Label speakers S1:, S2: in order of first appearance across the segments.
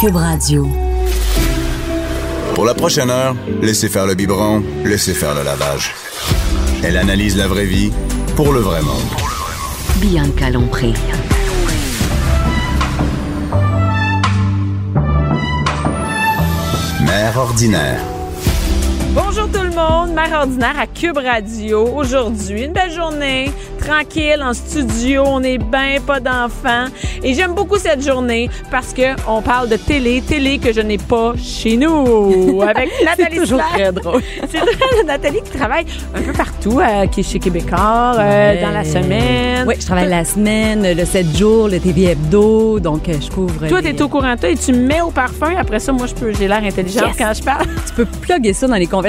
S1: Cube Radio.
S2: Pour la prochaine heure, laissez faire le biberon, laissez faire le lavage. Elle analyse la vraie vie pour le vrai monde.
S1: Bianca Lompré.
S2: Mère ordinaire.
S3: Bonjour tout le monde, Mère Ordinaire à Cube Radio. Aujourd'hui, une belle journée, tranquille, en studio, on est bien, pas d'enfants. Et j'aime beaucoup cette journée parce que on parle de télé, télé que je n'ai pas chez nous. Avec Nathalie
S4: toujours
S3: Slade.
S4: très drôle.
S3: C'est vrai, Nathalie qui travaille un peu partout, euh, qui est chez Québécois, euh, dans la semaine.
S4: Oui, je travaille la semaine, le 7 jours, le TV Hebdo, donc euh, je couvre.
S3: Toi,
S4: les-
S3: t'es au courant de toi et tu me mets au parfum. Après ça, moi, je peux, j'ai l'air intelligente
S4: Yes.
S3: quand je parle.
S4: Tu peux plugger ça dans les conversations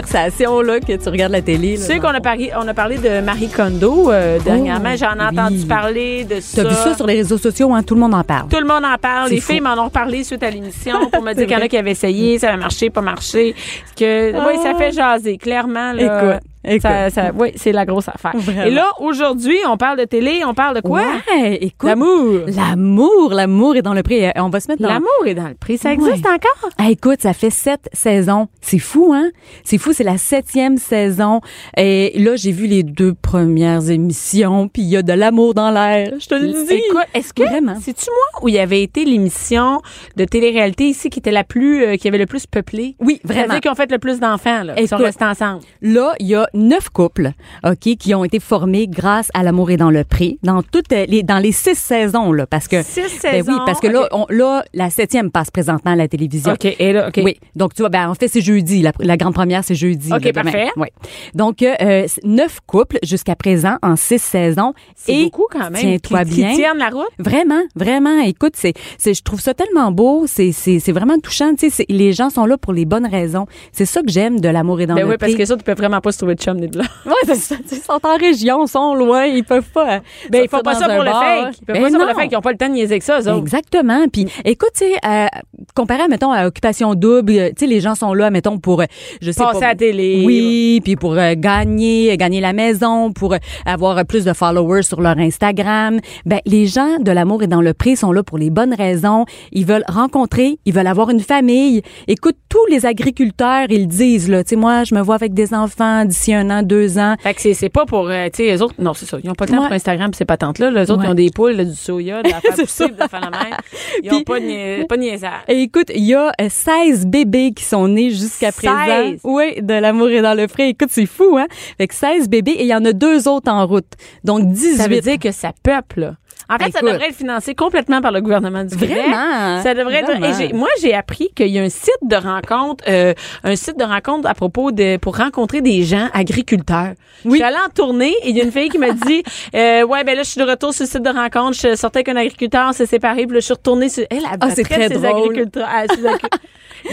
S4: là, que tu regardes la télé.
S3: Tu sais qu'on a, pari- on a parlé de Marie Kondo euh, dernièrement. J'en ai
S4: Oh, oui.
S3: entendu parler de ça.
S4: Tu as vu ça sur les réseaux sociaux, hein, tout le monde en parle.
S3: Tout le monde en parle.
S4: C'est
S3: Les
S4: fou.
S3: filles m'en ont parlé suite à l'émission pour me
S4: C'est
S3: dire qu'il y en a
S4: vrai.
S3: qui avaient essayé, ça a marché, pas marché. Que, Oui, ça fait jaser, clairement. Là,
S4: Ah. Écoute, écoute.
S3: Ça- ça- oui, c'est la grosse affaire.
S4: Vraiment.
S3: Et là, aujourd'hui, on parle de télé, on parle de quoi?
S4: Ouais, écoute.
S3: L'amour.
S4: L'amour, l'amour est dans le prix. Euh, On va se mettre dans
S3: L'amour est dans le prix. Ça existe hein?
S4: Ouais.
S3: encore?
S4: Ah, écoute, ça fait sept saisons. C'est fou, hein? C'est fou, c'est la septième saison. Et là, j'ai vu les deux premières émissions, puis il y a de l'amour dans l'air. Je te le dis.
S3: Écoute, est-ce que
S4: Vraiment.
S3: c'est-tu moi où il y avait été l'émission de télé-réalité ici qui était la plus euh, qui avait le plus peuplé?
S4: Oui,
S3: C'est-à-dire
S4: vraiment.
S3: qu'ils ont fait le plus d'enfants, là. Ils sont
S4: Écoute.
S3: restés ensemble.
S4: Là, il y a neuf couples, OK, qui ont été formés grâce à l'amour et dans le prix, dans toutes les, dans les six saisons, là, parce que.
S3: Six
S4: Ben oui,
S3: saisons,
S4: parce que là,
S3: OK.
S4: on, là, la septième passe présentement à la télévision.
S3: OK, et là, OK.
S4: Oui. Donc, tu vois, ben, en fait, c'est jeudi. La, la grande première, c'est jeudi.
S3: OK,
S4: là, demain.
S3: parfait.
S4: Oui. Donc, euh, euh, c'est neuf couples jusqu'à présent en six saisons.
S3: C'est
S4: Et
S3: beaucoup quand même.
S4: Tiens-toi
S3: qui- qui
S4: bien.
S3: tiennent la route.
S4: Vraiment, vraiment. Écoute, c'est, c'est, je trouve ça tellement beau. C'est, c'est, c'est vraiment touchant. Tu sais, c'est- les gens sont là pour les bonnes raisons. C'est ça que j'aime de l'amour et dans
S3: Ben
S4: le
S3: oui, parce
S4: prix.
S3: que ça, tu peux vraiment pas se trouver de chum ni de là.
S4: Ouais, c'est ça. Ils sont en région, ils sont loin, ils peuvent pas.
S3: Ben, ils font pas ça pour le fake. Ils
S4: Ben
S3: font pas ça pour le fake.
S4: fait
S3: Ils ont pas le temps de niaiser que ça, eux autres.
S4: Exactement. Puis, écoute, tu sais, euh, comparé, à, mettons, à Occupation Double, euh, tu sais, les gens sont là, mettons, pour, euh, je sais
S3: Passer
S4: pas...
S3: à la télé.
S4: Oui, puis pour euh, gagner, euh, gagner la maison, pour euh, avoir euh, plus de followers sur leur Instagram. Ben, les gens de l'amour et dans le prix sont là pour les bonnes raisons. Ils veulent rencontrer, ils veulent avoir une famille. Écoute, tous les agriculteurs, ils le disent, là, tu sais, moi, je me vois avec des enfants d'ici un an, deux ans.
S3: Fait que c'est- c'est pas pour, euh, tu sais, eux autres, non, c'est ça. Ils ont pas le temps
S4: Ouais.
S3: pour Instagram pis ces patentes-là. Les autres,
S4: Ouais.
S3: ils ont des poules, là, du soya, de la faire
S4: C'est
S3: pousser,
S4: ça.
S3: de la faire la mer. Ils ont
S4: Puis-
S3: pas de nia- pas de niaisage.
S4: Et écoute, il y a euh, 16 bébés qui sont nés jusqu'à présent.
S3: 16?
S4: Oui, de l'amour et dans le frais. Écoute, c'est fou, hein? Fait que 16 bébés et il y en a deux autres en route. Donc 18.
S3: Ça veut dire que ça peuple. En fait, ça
S4: Ben, Écoute.
S3: devrait être financé complètement par le gouvernement du Québec.
S4: Vraiment?
S3: Ça devrait être.
S4: Vraiment.
S3: et j'ai- moi, j'ai appris qu'il y a un site de rencontre, euh, un site de rencontre à propos de pour rencontrer des gens agriculteurs. Je suis allée en tournée et il y a une fille qui m'a dit, euh, ouais, ben là, je suis de retour sur le site de rencontre. Je sortais avec un agriculteur, on s'est séparés, puis là, je suis retournée sur. Elle, elle
S4: Ah, c'est
S3: traite
S4: très
S3: ses
S4: drôle.
S3: agriculteurs. Ah, ses agri-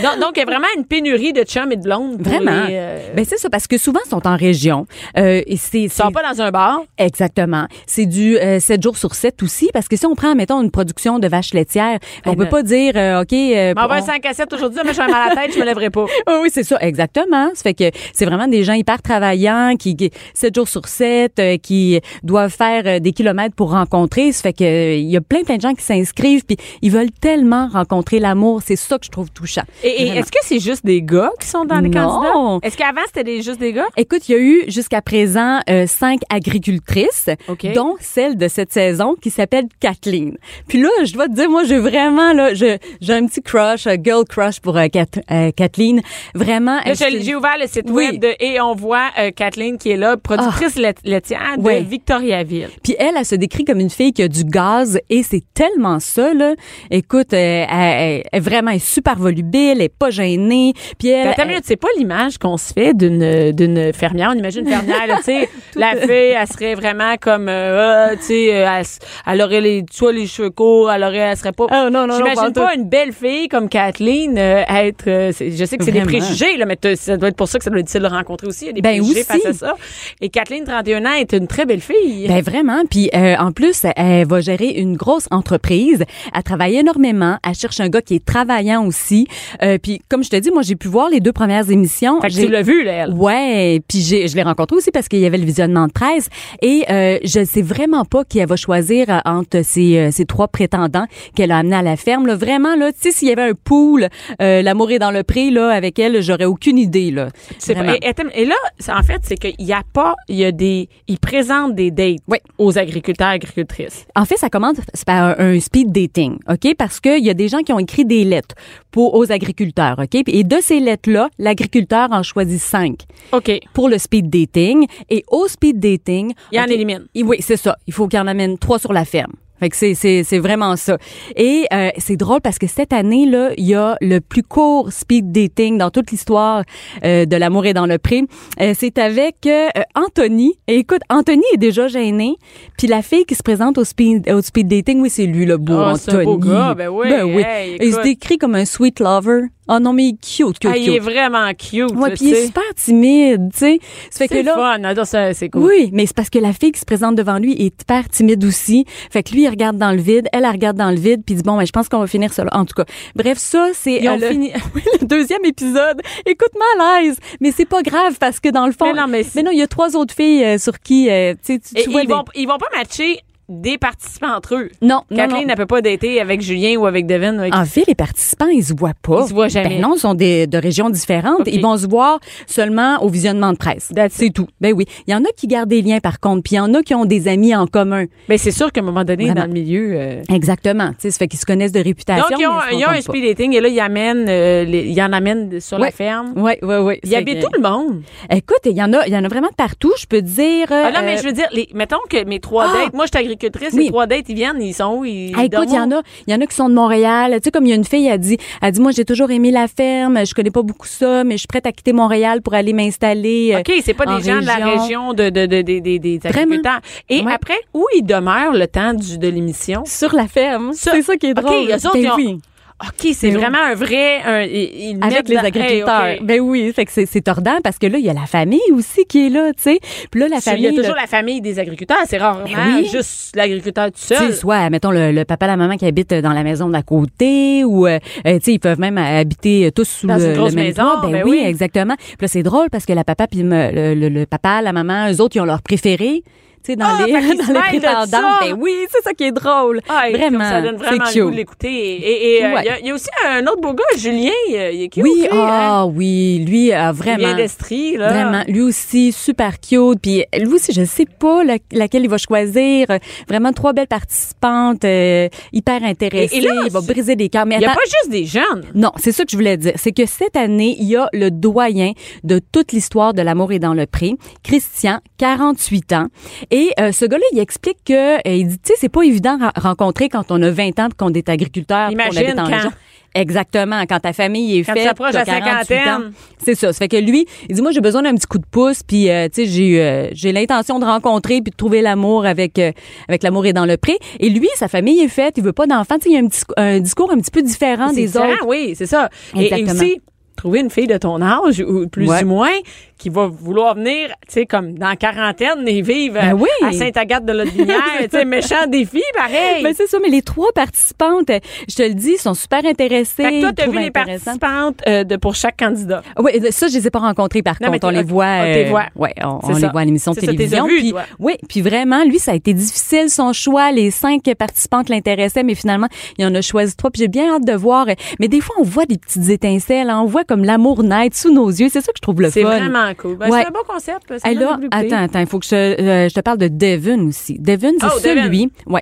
S3: donc, donc, il y a vraiment une pénurie de chums et de blondes. pour
S4: Vraiment.
S3: les, euh,
S4: Ben c'est ça parce que souvent ils sont en région. Euh, et c'est
S3: ils sont pas dans un bar.
S4: Exactement. C'est du 7 jours sur 7 aussi parce que si on prend mettons une production de vaches laitières, on peut
S3: non.
S4: pas dire euh, OK euh,
S3: M'envoie
S4: on-
S3: 5 cassettes aujourd'hui, mais je suis mal à la tête, je me lèverai pas.
S4: Ah Oui, oui, c'est ça, exactement. Ça fait que c'est vraiment des gens hyper travaillants qui, qui 7 jours sur 7 euh, qui doivent faire euh, des kilomètres pour rencontrer. Ça fait que euh, il y a plein plein de gens qui s'inscrivent puis ils veulent tellement rencontrer l'amour, c'est ça que je trouve touchant.
S3: Et, et
S4: Vraiment.
S3: est-ce que c'est juste des gars qui sont dans les
S4: Non.
S3: candidats? Est-ce qu'avant, c'était des- juste des gars?
S4: Écoute, il y a eu jusqu'à présent euh, cinq agricultrices,
S3: OK.
S4: dont celle de cette saison qui s'appelle Kathleen. Puis là, je dois te dire, moi, j'ai vraiment là, je- j'ai un petit crush, un girl crush pour euh, Kath- euh, Kathleen. Vraiment.
S3: Là,
S4: elle,
S3: je-
S4: c'est-
S3: j'ai ouvert le site
S4: Oui. Ah.
S3: web de Et on voit euh, Kathleen qui est là, productrice lait- laitière de
S4: Ouais.
S3: Victoriaville.
S4: Puis elle, elle se décrit comme une fille qui a du gaz et c'est tellement ça là. Écoute, euh, elle, elle- elle- vraiment elle est super volubile, elle est pas gênée. Puis elle,
S3: Attends une minute, c'est pas l'image qu'on se fait d'une d'une fermière. On imagine une fermière, là, tu sais, la fille, elle serait vraiment comme, euh, ah, tu sais, euh, elle, s- elle aurait les, soit les cheveux courts, elle aurait, elle serait pas.
S4: Ah, non, non, non, pas en
S3: J'imagine
S4: tout.
S3: pas, une belle fille comme Kathleen euh, être. euh, c'est- je sais que c'est des
S4: Vraiment.
S3: préjugés, là, mais t'as- ça doit être pour ça que ça doit être difficile de le rencontrer aussi. Il y a des
S4: Ben,
S3: préjugés
S4: aussi.
S3: face à ça. Et Kathleen, 31 ans, est une très belle fille.
S4: Ben vraiment, puis euh, en plus, elle va gérer une grosse entreprise. Elle travaille énormément. Elle cherche un gars qui est travaillant aussi. Euh, puis comme je te dis, moi j'ai pu voir les deux premières émissions.
S3: fait que
S4: J'ai-
S3: tu l'as vu, là, elle.
S4: Ouais, puis j'ai- je l'ai rencontrée aussi parce qu'il y avait le visionnement de presse et euh, je sais vraiment pas qui elle va choisir à- entre ces, euh, ces trois prétendants qu'elle a amenés à la ferme. Là, vraiment, là, tu sais, s'il y avait un pool, euh, l'amour est dans le pré, là, avec elle, j'aurais aucune idée, là.
S3: C'est
S4: Vraiment.
S3: pas- et, et- et là, c'est- en fait, c'est qu'il y a pas, il y a des, ils présentent des dates
S4: Oui.
S3: aux agriculteurs, agricultrices.
S4: En fait, ça commence par un un speed dating, OK? Parce qu'il y a des gens qui ont écrit des lettres pour, aux agriculteurs, OK? Et de ces lettres-là, l'agriculteur en choisit cinq
S3: Ok.
S4: pour le speed dating. Et au speed dating...
S3: Il en
S4: OK,
S3: élimine.
S4: et oui, c'est ça. Il faut qu'il en amène trois sur la ferme. Fait que c'est, c'est, c'est vraiment ça. Et euh, c'est drôle parce que cette année, là, il y a le plus court speed dating dans toute l'histoire euh, de L'amour est dans le pré. Euh, c'est avec euh, Anthony. Et écoute, Anthony est déjà gêné. Puis la fille qui se présente au speed, au speed dating, oui, c'est lui, le beau
S3: Ah, c'est
S4: Anthony.
S3: un beau gars, ben oui, hey,
S4: Et il se
S3: écoute.
S4: décrit comme un sweet lover. Ah non, mais il est cute, cute,
S3: Ah, il est
S4: cute.
S3: vraiment cute.
S4: Ouais,
S3: tu
S4: puis il est
S3: sais.
S4: super timide, tu sais. Ça fait que
S3: C'est
S4: là,
S3: fun. Attends, ça, c'est cool.
S4: oui, mais c'est parce que la fille qui se présente devant lui est hyper timide aussi. Fait que lui, il regarde dans le vide, elle, elle regarde dans le vide, puis il dit bon, ben, je pense qu'on va finir ça. là. En tout cas, bref, ça c'est
S3: Ils ont
S4: le...
S3: fini.
S4: Oui, le deuxième épisode. Écoute malaise, mais c'est pas grave parce que dans le fond,
S3: Mais non, mais c'est-
S4: il y a trois autres filles euh, sur qui euh, tu sais, tu-
S3: Et
S4: tu vois
S3: ils
S4: des-
S3: vont, ils vont pas matcher des participants entre eux.
S4: Non, non, non.
S3: Kathleen, elle peut pas dater avec Julien ou avec Devin. avec-
S4: En fait, les participants, ils se voient pas.
S3: Ils se voient jamais.
S4: Ben non, ils sont des, de régions différentes.
S3: Ok.
S4: Ils vont se voir seulement au visionnement de presse. C'est tout. Ben oui. Il y en a qui gardent des liens, par contre, puis il y en a qui ont des amis en commun.
S3: Mais c'est sûr qu'à un moment donné,
S4: Vraiment.
S3: dans le milieu. euh,
S4: Exactement. Tu sais, ça fait qu'ils se connaissent de réputation.
S3: Donc, ils ont, ils ont un speed dating et là, ils, amènent, euh, les- ils en amènent sur la ferme.
S4: Oui, oui, oui.
S3: Ils habitent tout le monde.
S4: Écoute, il y en a, il y en a vraiment de partout. Je peux te dire.
S3: Ah non, mais
S4: euh,
S3: je veux dire, les, mettons que mes trois
S4: Ah!
S3: dates, moi, je suis agricultrice,
S4: Oui.
S3: les trois dates, ils viennent, ils sont où? Ils
S4: ah, écoute, il y en a, il y en a qui sont de Montréal. Tu sais, comme il y a une fille, elle dit, elle dit, moi, j'ai toujours aimé la ferme. Je connais pas beaucoup ça, mais je suis prête à quitter Montréal pour aller m'installer. euh,
S3: OK, c'est pas
S4: en
S3: des gens de la région de, de, de, de- de- des
S4: Vraiment.
S3: agriculteurs. Et
S4: Ouais.
S3: après, où ils demeurent le temps du, de l'émission?
S4: Sur la ferme.
S3: Ça-
S4: C'est ça qui est
S3: OK,
S4: drôle.
S3: eux autres,
S4: Ben
S3: ils ont-
S4: oui.
S3: OK, c'est
S4: Mais oui.
S3: vraiment un vrai... Un, ils- ils mettent
S4: avec les
S3: la- Hey, OK.
S4: agriculteurs. Ben oui, fait que c'est, c'est tordant parce que là, il y a la famille aussi qui est là, tu sais. Puis là, la
S3: Parce qu'il
S4: famille.
S3: y a
S4: là,
S3: toujours la famille des agriculteurs. C'est rarement
S4: Ben oui.
S3: juste l'agriculteur tout
S4: Tu sais,
S3: seul.
S4: soit, mettons, le, le papa, la maman qui habite dans la maison d'à côté, ou, euh, euh, tu sais, ils peuvent même euh, habiter tous sous
S3: Dans
S4: le,
S3: une
S4: le
S3: grosse
S4: même
S3: maison,
S4: toit.
S3: ben
S4: oui,
S3: oui.
S4: exactement. Puis là, c'est drôle parce que la papa, puis me- le, le- le papa, la maman, eux autres, ils ont leur préféré. Tu sais, dans
S3: Ah,
S4: les,
S3: fait qu'ils
S4: dans
S3: se
S4: les
S3: mêlent de
S4: prétendants.
S3: ça.
S4: Ben oui, c'est ça qui est drôle.
S3: Ah, et
S4: vraiment.
S3: comme Ça donne vraiment
S4: c'est
S3: le goût
S4: cute.
S3: de l'écouter. Et- Et et, euh, il
S4: Ouais.
S3: y, a- il y a aussi un autre beau gars, Julien. euh, Il est cute.
S4: Oui,
S3: lui, hein.
S4: ah oui, lui, euh, vraiment.
S3: Julien d'Estrie, là.
S4: Vraiment, lui aussi super cute. Puis euh, lui aussi, je sais pas la- laquelle il va choisir. Euh, Vraiment trois belles participantes, euh, hyper intéressées.
S3: Et- et là,
S4: il va
S3: c'est-
S4: briser des cœurs. Mais
S3: Il n'y a
S4: attends,
S3: pas juste des jeunes.
S4: non, c'est ça que je voulais dire. C'est que cette année, il y a le doyen de toute l'histoire de l'amour et dans le pré, Christian, 48 ans. Et euh, ce gars-là, il explique que, euh, il dit, tu sais, c'est pas évident à rencontrer quand on a 20 ans, puis qu'on est agriculteur, puis qu'on
S3: Imagine
S4: habite en
S3: quand-
S4: région. Exactement, quand ta famille est
S3: Quand tu
S4: faite,
S3: t'approches de la
S4: t'as 48 ans.
S3: cinquantaine.
S4: C'est ça. Ça fait que lui, il dit, moi, j'ai besoin d'un petit coup de pouce, puis, euh, tu sais, j'ai, euh, j'ai l'intention de rencontrer puis de trouver l'amour avec, euh, avec l'amour est dans le pré. Et lui, sa famille est faite, il veut pas d'enfants. Tu sais, il y a un, petit, un discours un petit peu différent
S3: C'est
S4: des
S3: différent,
S4: autres.
S3: Oui, c'est ça. Et- Et,
S4: Exactement.
S3: aussi, trouver une fille de ton âge, ou plus
S4: Ouais.
S3: ou moins, qui va vouloir venir, tu sais, comme dans la quarantaine et vivre
S4: Ben
S3: euh,
S4: oui.
S3: à Sainte-Agathe de l'Aubinière. tu sais, méchant défi, pareil.
S4: Ben, c'est ça, mais les trois participantes, euh, je te le dis, sont super intéressées.
S3: Fait que toi,
S4: ils
S3: t'as vu
S4: trouvent
S3: les
S4: intéressant.
S3: participantes euh, de, pour chaque candidat.
S4: Ah Oui, ça, je les ai pas rencontrées, par
S3: Non, mais
S4: contre. On
S3: t'es-
S4: les
S3: ok,
S4: voit. euh,
S3: on les voit.
S4: ouais, on,
S3: C'est
S4: on les
S3: ça.
S4: voit à l'émission de
S3: C'est ça, t'es
S4: télévision.
S3: vue,
S4: puis,
S3: toi.
S4: oui, puis vraiment, lui, ça a été difficile son choix. Les cinq participantes l'intéressaient, mais finalement, il en a choisi trois. Puis j'ai bien hâte de voir. Mais des fois, on voit des petites étincelles. hein, on voit comme l'amour naître sous nos yeux. C'est ça que je trouve le fun.
S3: C'est vraiment cool. Ben,
S4: Ouais.
S3: C'est un beau concept. ça
S4: Hey,
S3: m'a
S4: là,
S3: doublé.
S4: attends, attends, il faut que je, euh, je te parle de Devin aussi. Devin, c'est
S3: Oh, Devin.
S4: celui, ouais.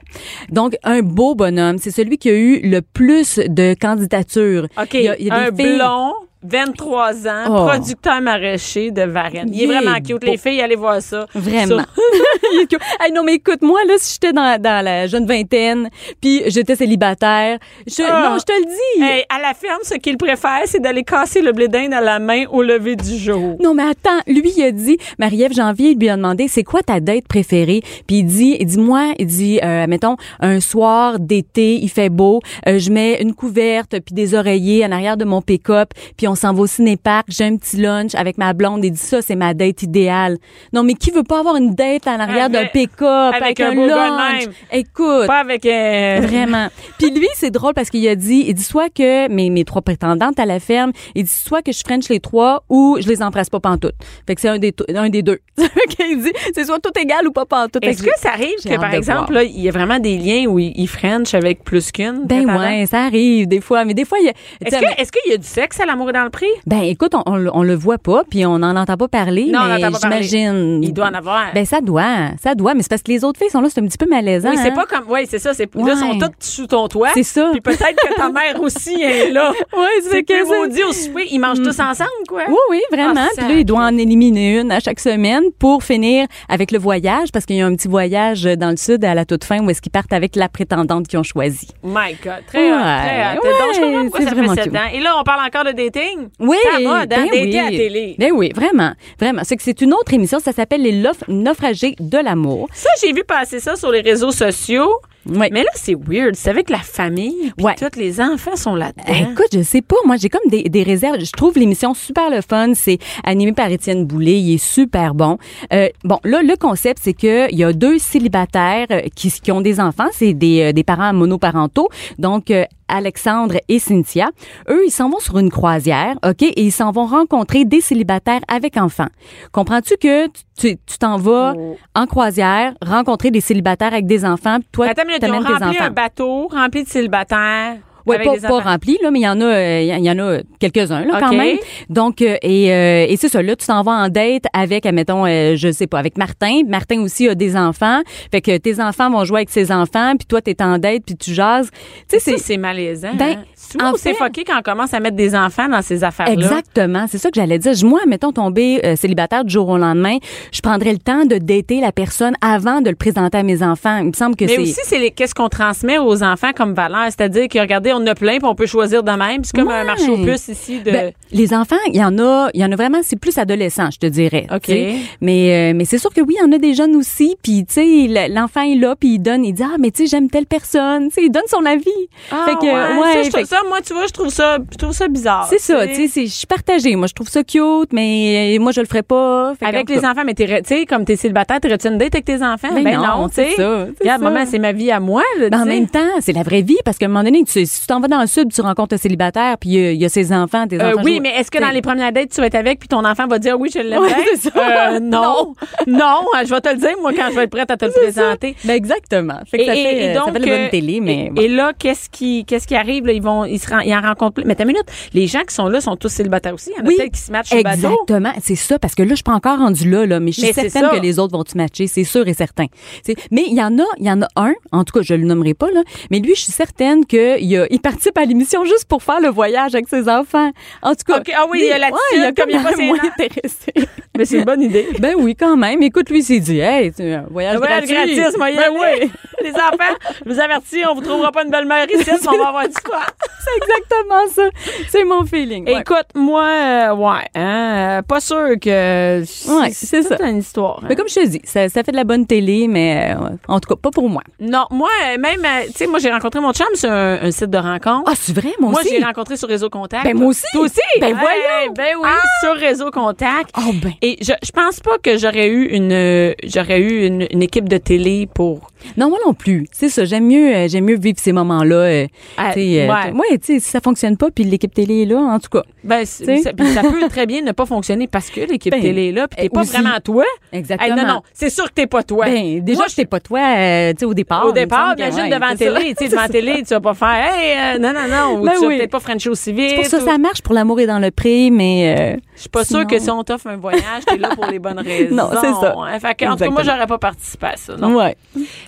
S4: Donc un beau bonhomme, c'est celui qui a eu le plus de candidatures.
S3: OK.
S4: Il y a- il y a
S3: un
S4: des filles-
S3: blond, 23 ans,
S4: Oh.
S3: producteur maraîcher de Varennes. Il, est
S4: Il est
S3: vraiment cute. Les filles, allez voir ça.
S4: Vraiment.
S3: Sur-
S4: Il est cute. Hey, non, mais écoute, moi, là, si j'étais dans, dans la jeune vingtaine, puis j'étais célibataire, je,
S3: Ah.
S4: non, je te le dis.
S3: Hey, à la ferme, ce qu'il préfère, c'est d'aller casser le blé d'Inde à la main au lever du jour.
S4: Non, mais attends, lui, il a dit, Marie-Ève Janvier, il lui a demandé, c'est quoi ta date préférée? Puis il dit, il dit, moi, il dit, euh, mettons, un soir d'été, il fait beau, euh, je mets une couverte, puis des oreillers en arrière de mon pick-up, puis on s'en va au ciné-parc, j'ai un petit lunch avec ma blonde et dit ça, c'est ma date idéale. Non, mais qui veut pas avoir une date à l'arrière d'un
S3: Avec-
S4: pick-up,
S3: avec
S4: avec,
S3: un
S4: un,
S3: beau gars de
S4: lunch?
S3: même.
S4: Écoute.
S3: Pas avec... euh,
S4: Vraiment. Puis lui, c'est drôle parce qu'il a dit, il dit soit que mes, mes trois prétendantes à la ferme, il dit soit que je French les trois ou je les embrasse pas pantoute. Fait que c'est un des, to- un des deux. qu'il dit, c'est soit tout égal ou pas pantoute.
S3: Est-ce
S4: Fait
S3: que ça arrive
S4: J'ai
S3: que,
S4: hâte
S3: par
S4: de
S3: exemple, là,
S4: voir.
S3: il y a vraiment des liens où il il French avec plus qu'une?
S4: Ben
S3: prétendante?
S4: ouais, ça arrive des fois. Mais des fois, il y a...
S3: Est-ce
S4: tu sais,
S3: que- est-ce qu'il y a du sexe à l'amour est dans le prix?
S4: Ben écoute, on, on, le- on le voit pas, puis on n'en entend pas parler,
S3: Non, on
S4: mais
S3: n'entend pas parler.
S4: j'imagine...
S3: Il doit en avoir.
S4: Ben ça doit, ça doit. Mais c'est parce que les autres filles sont là, c'est un petit peu malaisant.
S3: Oui, c'est
S4: hein.
S3: pas comme. Oui, c'est ça. C'est, Là,
S4: Ouais.
S3: sont toutes sous ton toit.
S4: C'est ça.
S3: Puis peut-être que ta mère aussi est là.
S4: Ouais, c'est
S3: c'est
S4: que
S3: que
S4: ça- Mm.
S3: maudit au souper. Ils mangent tous ensemble, quoi.
S4: Oui, oui, vraiment.
S3: Ah,
S4: Puis là, il doit en éliminer une à chaque semaine pour finir avec le voyage, parce qu'il y a un petit voyage dans le sud à la toute fin où est-ce qu'ils partent avec la prétendante qu'ils ont choisie.
S3: My God. Très
S4: Ouais,
S3: hot, très hot.
S4: ouais,
S3: Donc, je comprends pourquoi
S4: c'est
S3: ça
S4: vraiment
S3: fait sept
S4: cute.
S3: ans. Et là, on parle encore de dating.
S4: Oui,
S3: Ça mode, hein,
S4: ben
S3: dater
S4: oui.
S3: à télé.
S4: Ben oui, vraiment, vraiment. C'est que c'est une autre émission, ça s'appelle Les Lof- Naufragés de l'amour.
S3: Ça, j'ai vu passer ça sur les réseaux sociaux.
S4: Oui.
S3: Mais là, c'est weird. C'est avec la famille. Puis
S4: Ouais.
S3: tous les enfants sont
S4: Ben,
S3: là-dedans.
S4: Écoute, je sais pas. Moi, j'ai comme des, des réserves. Je trouve l'émission super le fun. C'est animé par Étienne Boulay. Il est super bon. Euh, bon, là, le concept, c'est que il y a deux célibataires euh, qui, qui ont des enfants. C'est des, euh, des parents monoparentaux. Donc, euh, Alexandre et Cynthia. Eux, ils s'en vont sur une croisière, OK? Et ils s'en vont rencontrer des célibataires avec enfants. Comprends-tu que tu- tu tu t'en vas
S3: Oh.
S4: en croisière, rencontrer des célibataires avec des enfants, puis toi,
S3: Attends une minute, ils ont
S4: t'amènes tes
S3: rempli
S4: enfants.
S3: un bateau rempli de célibataires.
S4: Oui,
S3: avec
S4: pas,
S3: des
S4: pas
S3: enfants.
S4: rempli, là, mais il y en a, euh, il y en a quelques-uns, là, quand
S3: OK.
S4: même. Donc, euh, et, euh, et c'est ça, là, tu t'en vas en date avec, admettons, euh, je sais pas, avec Martin. Martin aussi a des enfants. Fait que tes enfants vont jouer avec ses enfants, puis toi, t'es en date, puis tu jases. Tu sais,
S3: Ça,
S4: c'est...
S3: c'est malaisant.
S4: Ben,
S3: hein. Souvent,
S4: en
S3: c'est
S4: fait-
S3: foqué quand on commence à mettre des enfants dans ces affaires-là.
S4: Exactement, c'est ça que j'allais dire. Je- Moi, mettons tomber euh, célibataire du jour au lendemain, je prendrais le temps de dater la personne avant de le présenter à mes enfants. Il me semble que
S3: Mais
S4: c'est
S3: aussi, c'est les- qu'est-ce qu'on transmet aux enfants comme valeur. C'est-à-dire que, regardez, on en a plein, puis on peut choisir de même. C'est comme un
S4: Ouais.
S3: marché aux puces ici. De...
S4: Ben, les enfants, il y en a, il y en a vraiment, c'est plus adolescent, je te dirais.
S3: OK.
S4: tu sais. Mais euh, mais c'est sûr que oui, il y en a des jeunes aussi, puis tu sais, le- l'enfant est là, puis il donne, il dit ah mais tu sais j'aime telle personne, tu sais, il donne son avis.
S3: Ah,
S4: Fait que,
S3: ouais, ça,
S4: ouais,
S3: je trouve
S4: fait que-
S3: ça, moi, tu vois, je trouve ça, je trouve ça bizarre.
S4: c'est ça, tu sais, c'est- je suis partagée. Moi, je trouve ça cute, mais euh, moi, je le ferais pas. Fait
S3: Avec
S4: qu'en
S3: les
S4: tout cas,
S3: enfants, mais t'es re- tu sais, comme t'es célibataire, t'aurais-tu une date avec tes enfants?
S4: Ben non,
S3: tu sais.
S4: c'est ça, c'est
S3: Regarde,
S4: ça.
S3: maman, c'est ma vie à moi. là, tu
S4: ben, en
S3: sais.
S4: même temps, c'est la vraie vie, parce qu'à un moment donné, tu- si tu t'en vas dans le sud, tu rencontres un célibataire, puis euh, il y, a ses enfants, tes
S3: Euh,
S4: enfants.
S3: oui,
S4: jouent-
S3: mais est-ce que
S4: tu sais.
S3: dans les premières dates, tu vas être avec, puis ton enfant va dire oui, je l'aime
S4: Ouais,
S3: bien?
S4: c'est ça.
S3: Euh, non. non, hein, je vais te le dire, moi, quand je vais être prête à te le présenter.
S4: Ben, exactement. Fait que ça fait, euh, ça fait de la
S3: euh,
S4: bonne télé, mais...
S3: et, et là, qu'est-ce qui, qu'est-ce qui arrive là Ils vont, ils se ren- ils en rencontrent. plein. Mais t'as une minute, les gens qui sont là sont tous célibataires aussi. Il y en a peut-être qui se matchent sur le bateau.
S4: Exactement, c'est ça, parce que là, je suis pas encore rendue là, là mais je suis
S3: Mais c'est
S4: certaine
S3: ça.
S4: que les autres vont te matcher, c'est sûr et certain. C'est- Mais il y en a, il y en a un, en tout cas, je le nommerai pas, là, mais lui, je suis certaine qu'il a, il participe à l'émission juste pour faire le voyage avec ses enfants. En tout cas.
S3: Ok, ah oui,
S4: lui,
S3: il y a l'attitude,
S4: ouais, il a
S3: comme il est
S4: comme
S3: pas
S4: l'air moins
S3: sénat.
S4: intéressé.
S3: Mais c'est une bonne idée.
S4: ben oui, quand même. Écoute, lui, il s'est dit, hey, c'est un voyage,
S3: Voyage
S4: gratuit.
S3: Ah gratis, moi, y
S4: Ben
S3: aller.
S4: oui.
S3: Les enfants, je vous avertis, on vous trouvera pas une belle-mère ici, mais on va avoir du fun.
S4: c'est exactement ça. C'est mon feeling. ouais.
S3: Écoute, moi, euh, ouais, hein, euh, pas sûr que.
S4: Ouais, c'est
S3: toute
S4: ça.
S3: une histoire. hein.
S4: Mais comme je te dis, ça, ça fait de la bonne télé, mais euh, en tout cas, pas pour moi.
S3: Non, moi, euh, même, euh, tu sais, moi, j'ai rencontré mon chum sur un, un site de rencontre.
S4: Ah, c'est vrai, moi,
S3: Moi,
S4: aussi.
S3: j'ai rencontré sur Réseau Contact.
S4: Ben, moi aussi.
S3: Toi aussi.
S4: Ben, voyons. Ah.
S3: Ben oui, sur Réseau Contact.
S4: Oh, ben.
S3: Et je, je pense pas que j'aurais eu une euh, j'aurais eu une, une équipe de télé pour.
S4: Non, moi non plus. C'est ça, j'aime mieux, euh, j'aime mieux vivre ces moments-là. Euh,
S3: Ah,
S4: tu sais, euh,
S3: ouais.
S4: t- ouais, tu sais, si ça fonctionne pas, puis l'équipe télé est là, en tout cas.
S3: Ben, c'est-
S4: Tu sais.
S3: ça, puis ça peut très bien ne pas fonctionner parce que l'équipe
S4: Ben,
S3: télé est là, puis t'es
S4: eh,
S3: pas
S4: aussi.
S3: vraiment toi.
S4: Exactement.
S3: Eh, non, non, c'est sûr que t'es pas toi.
S4: Ben, déjà,
S3: Moi,
S4: je t'étais pas toi, euh, tu sais, au départ.
S3: Au
S4: il me
S3: départ,
S4: semble que,
S3: imagine
S4: ouais,
S3: devant
S4: c'est ça.
S3: télé, tu sais, devant télé, tu vas pas faire, hey, euh, non, non, non, ou
S4: Ben
S3: tu vas
S4: oui.
S3: peut-être pas French au civil.
S4: Pour ça, ça marche pour l'amour et dans le prix, mais euh,
S3: Je suis pas sûre
S4: Sinon-
S3: que si on t'offre un voyage, t'es là pour les bonnes raisons.
S4: Non, c'est ça.
S3: hein. Fait que, en tout cas, moi,
S4: Exactement.
S3: j'aurais pas participé à ça, non?
S4: ouais.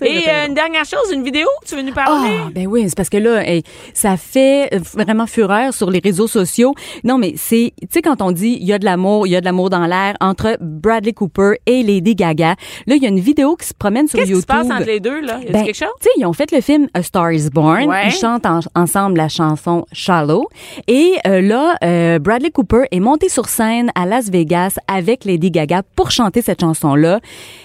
S3: Et euh, une dernière chose, une vidéo, tu veux nous parler?
S4: Ah, ben oui, c'est parce que là, hey, ça fait euh, vraiment fureur sur les réseaux sociaux. Non, mais c'est, tu sais, quand on dit il y a de l'amour, il y a de l'amour dans l'air entre Bradley Cooper et Lady Gaga, là, il y a une vidéo qui se promène sur
S3: Qu'est-ce
S4: YouTube.
S3: qui se passe entre les deux, là? Y a
S4: Ben,
S3: quelque chose?
S4: Tu sais, ils ont fait le film A Star Is Born.
S3: Ouais.
S4: Ils chantent en- ensemble la chanson Shallow. Et euh, là, euh, Bradley Cooper est monté sur scène à Las Vegas avec Lady Gaga pour chanter cette chanson-là.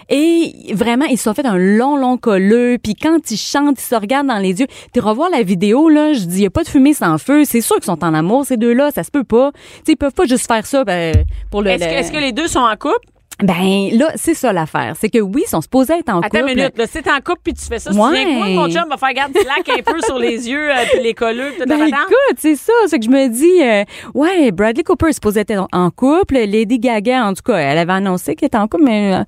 S4: Et vraiment, ils se sont fait un long, long colleux. Puis quand ils chantent, ils se regardent dans les yeux. Tu revois la vidéo, là, je dis, il n'y a pas de fumée sans feu. C'est sûr qu'ils sont en amour, ces deux-là. Ça se peut pas. T'sais, ils peuvent pas juste faire ça ben, pour le.
S3: Est-ce que,
S4: le-
S3: est-ce que les deux sont en couple?
S4: Ben là, c'est ça l'affaire. C'est que oui, ils sont supposés être en
S3: Attends
S4: couple.
S3: une minute, là, si t'es en couple puis tu fais ça,
S4: Ouais.
S3: tu viens que moi, mon chum va faire garde slack un peu sur les yeux euh, puis les colleux puis tout
S4: Ben
S3: la patente?
S4: écoute, c'est ça, c'est que je me dis, euh, ouais, Bradley Cooper est supposé être en- en couple, Lady Gaga, en tout cas, elle avait annoncé qu'elle était en couple, mais euh,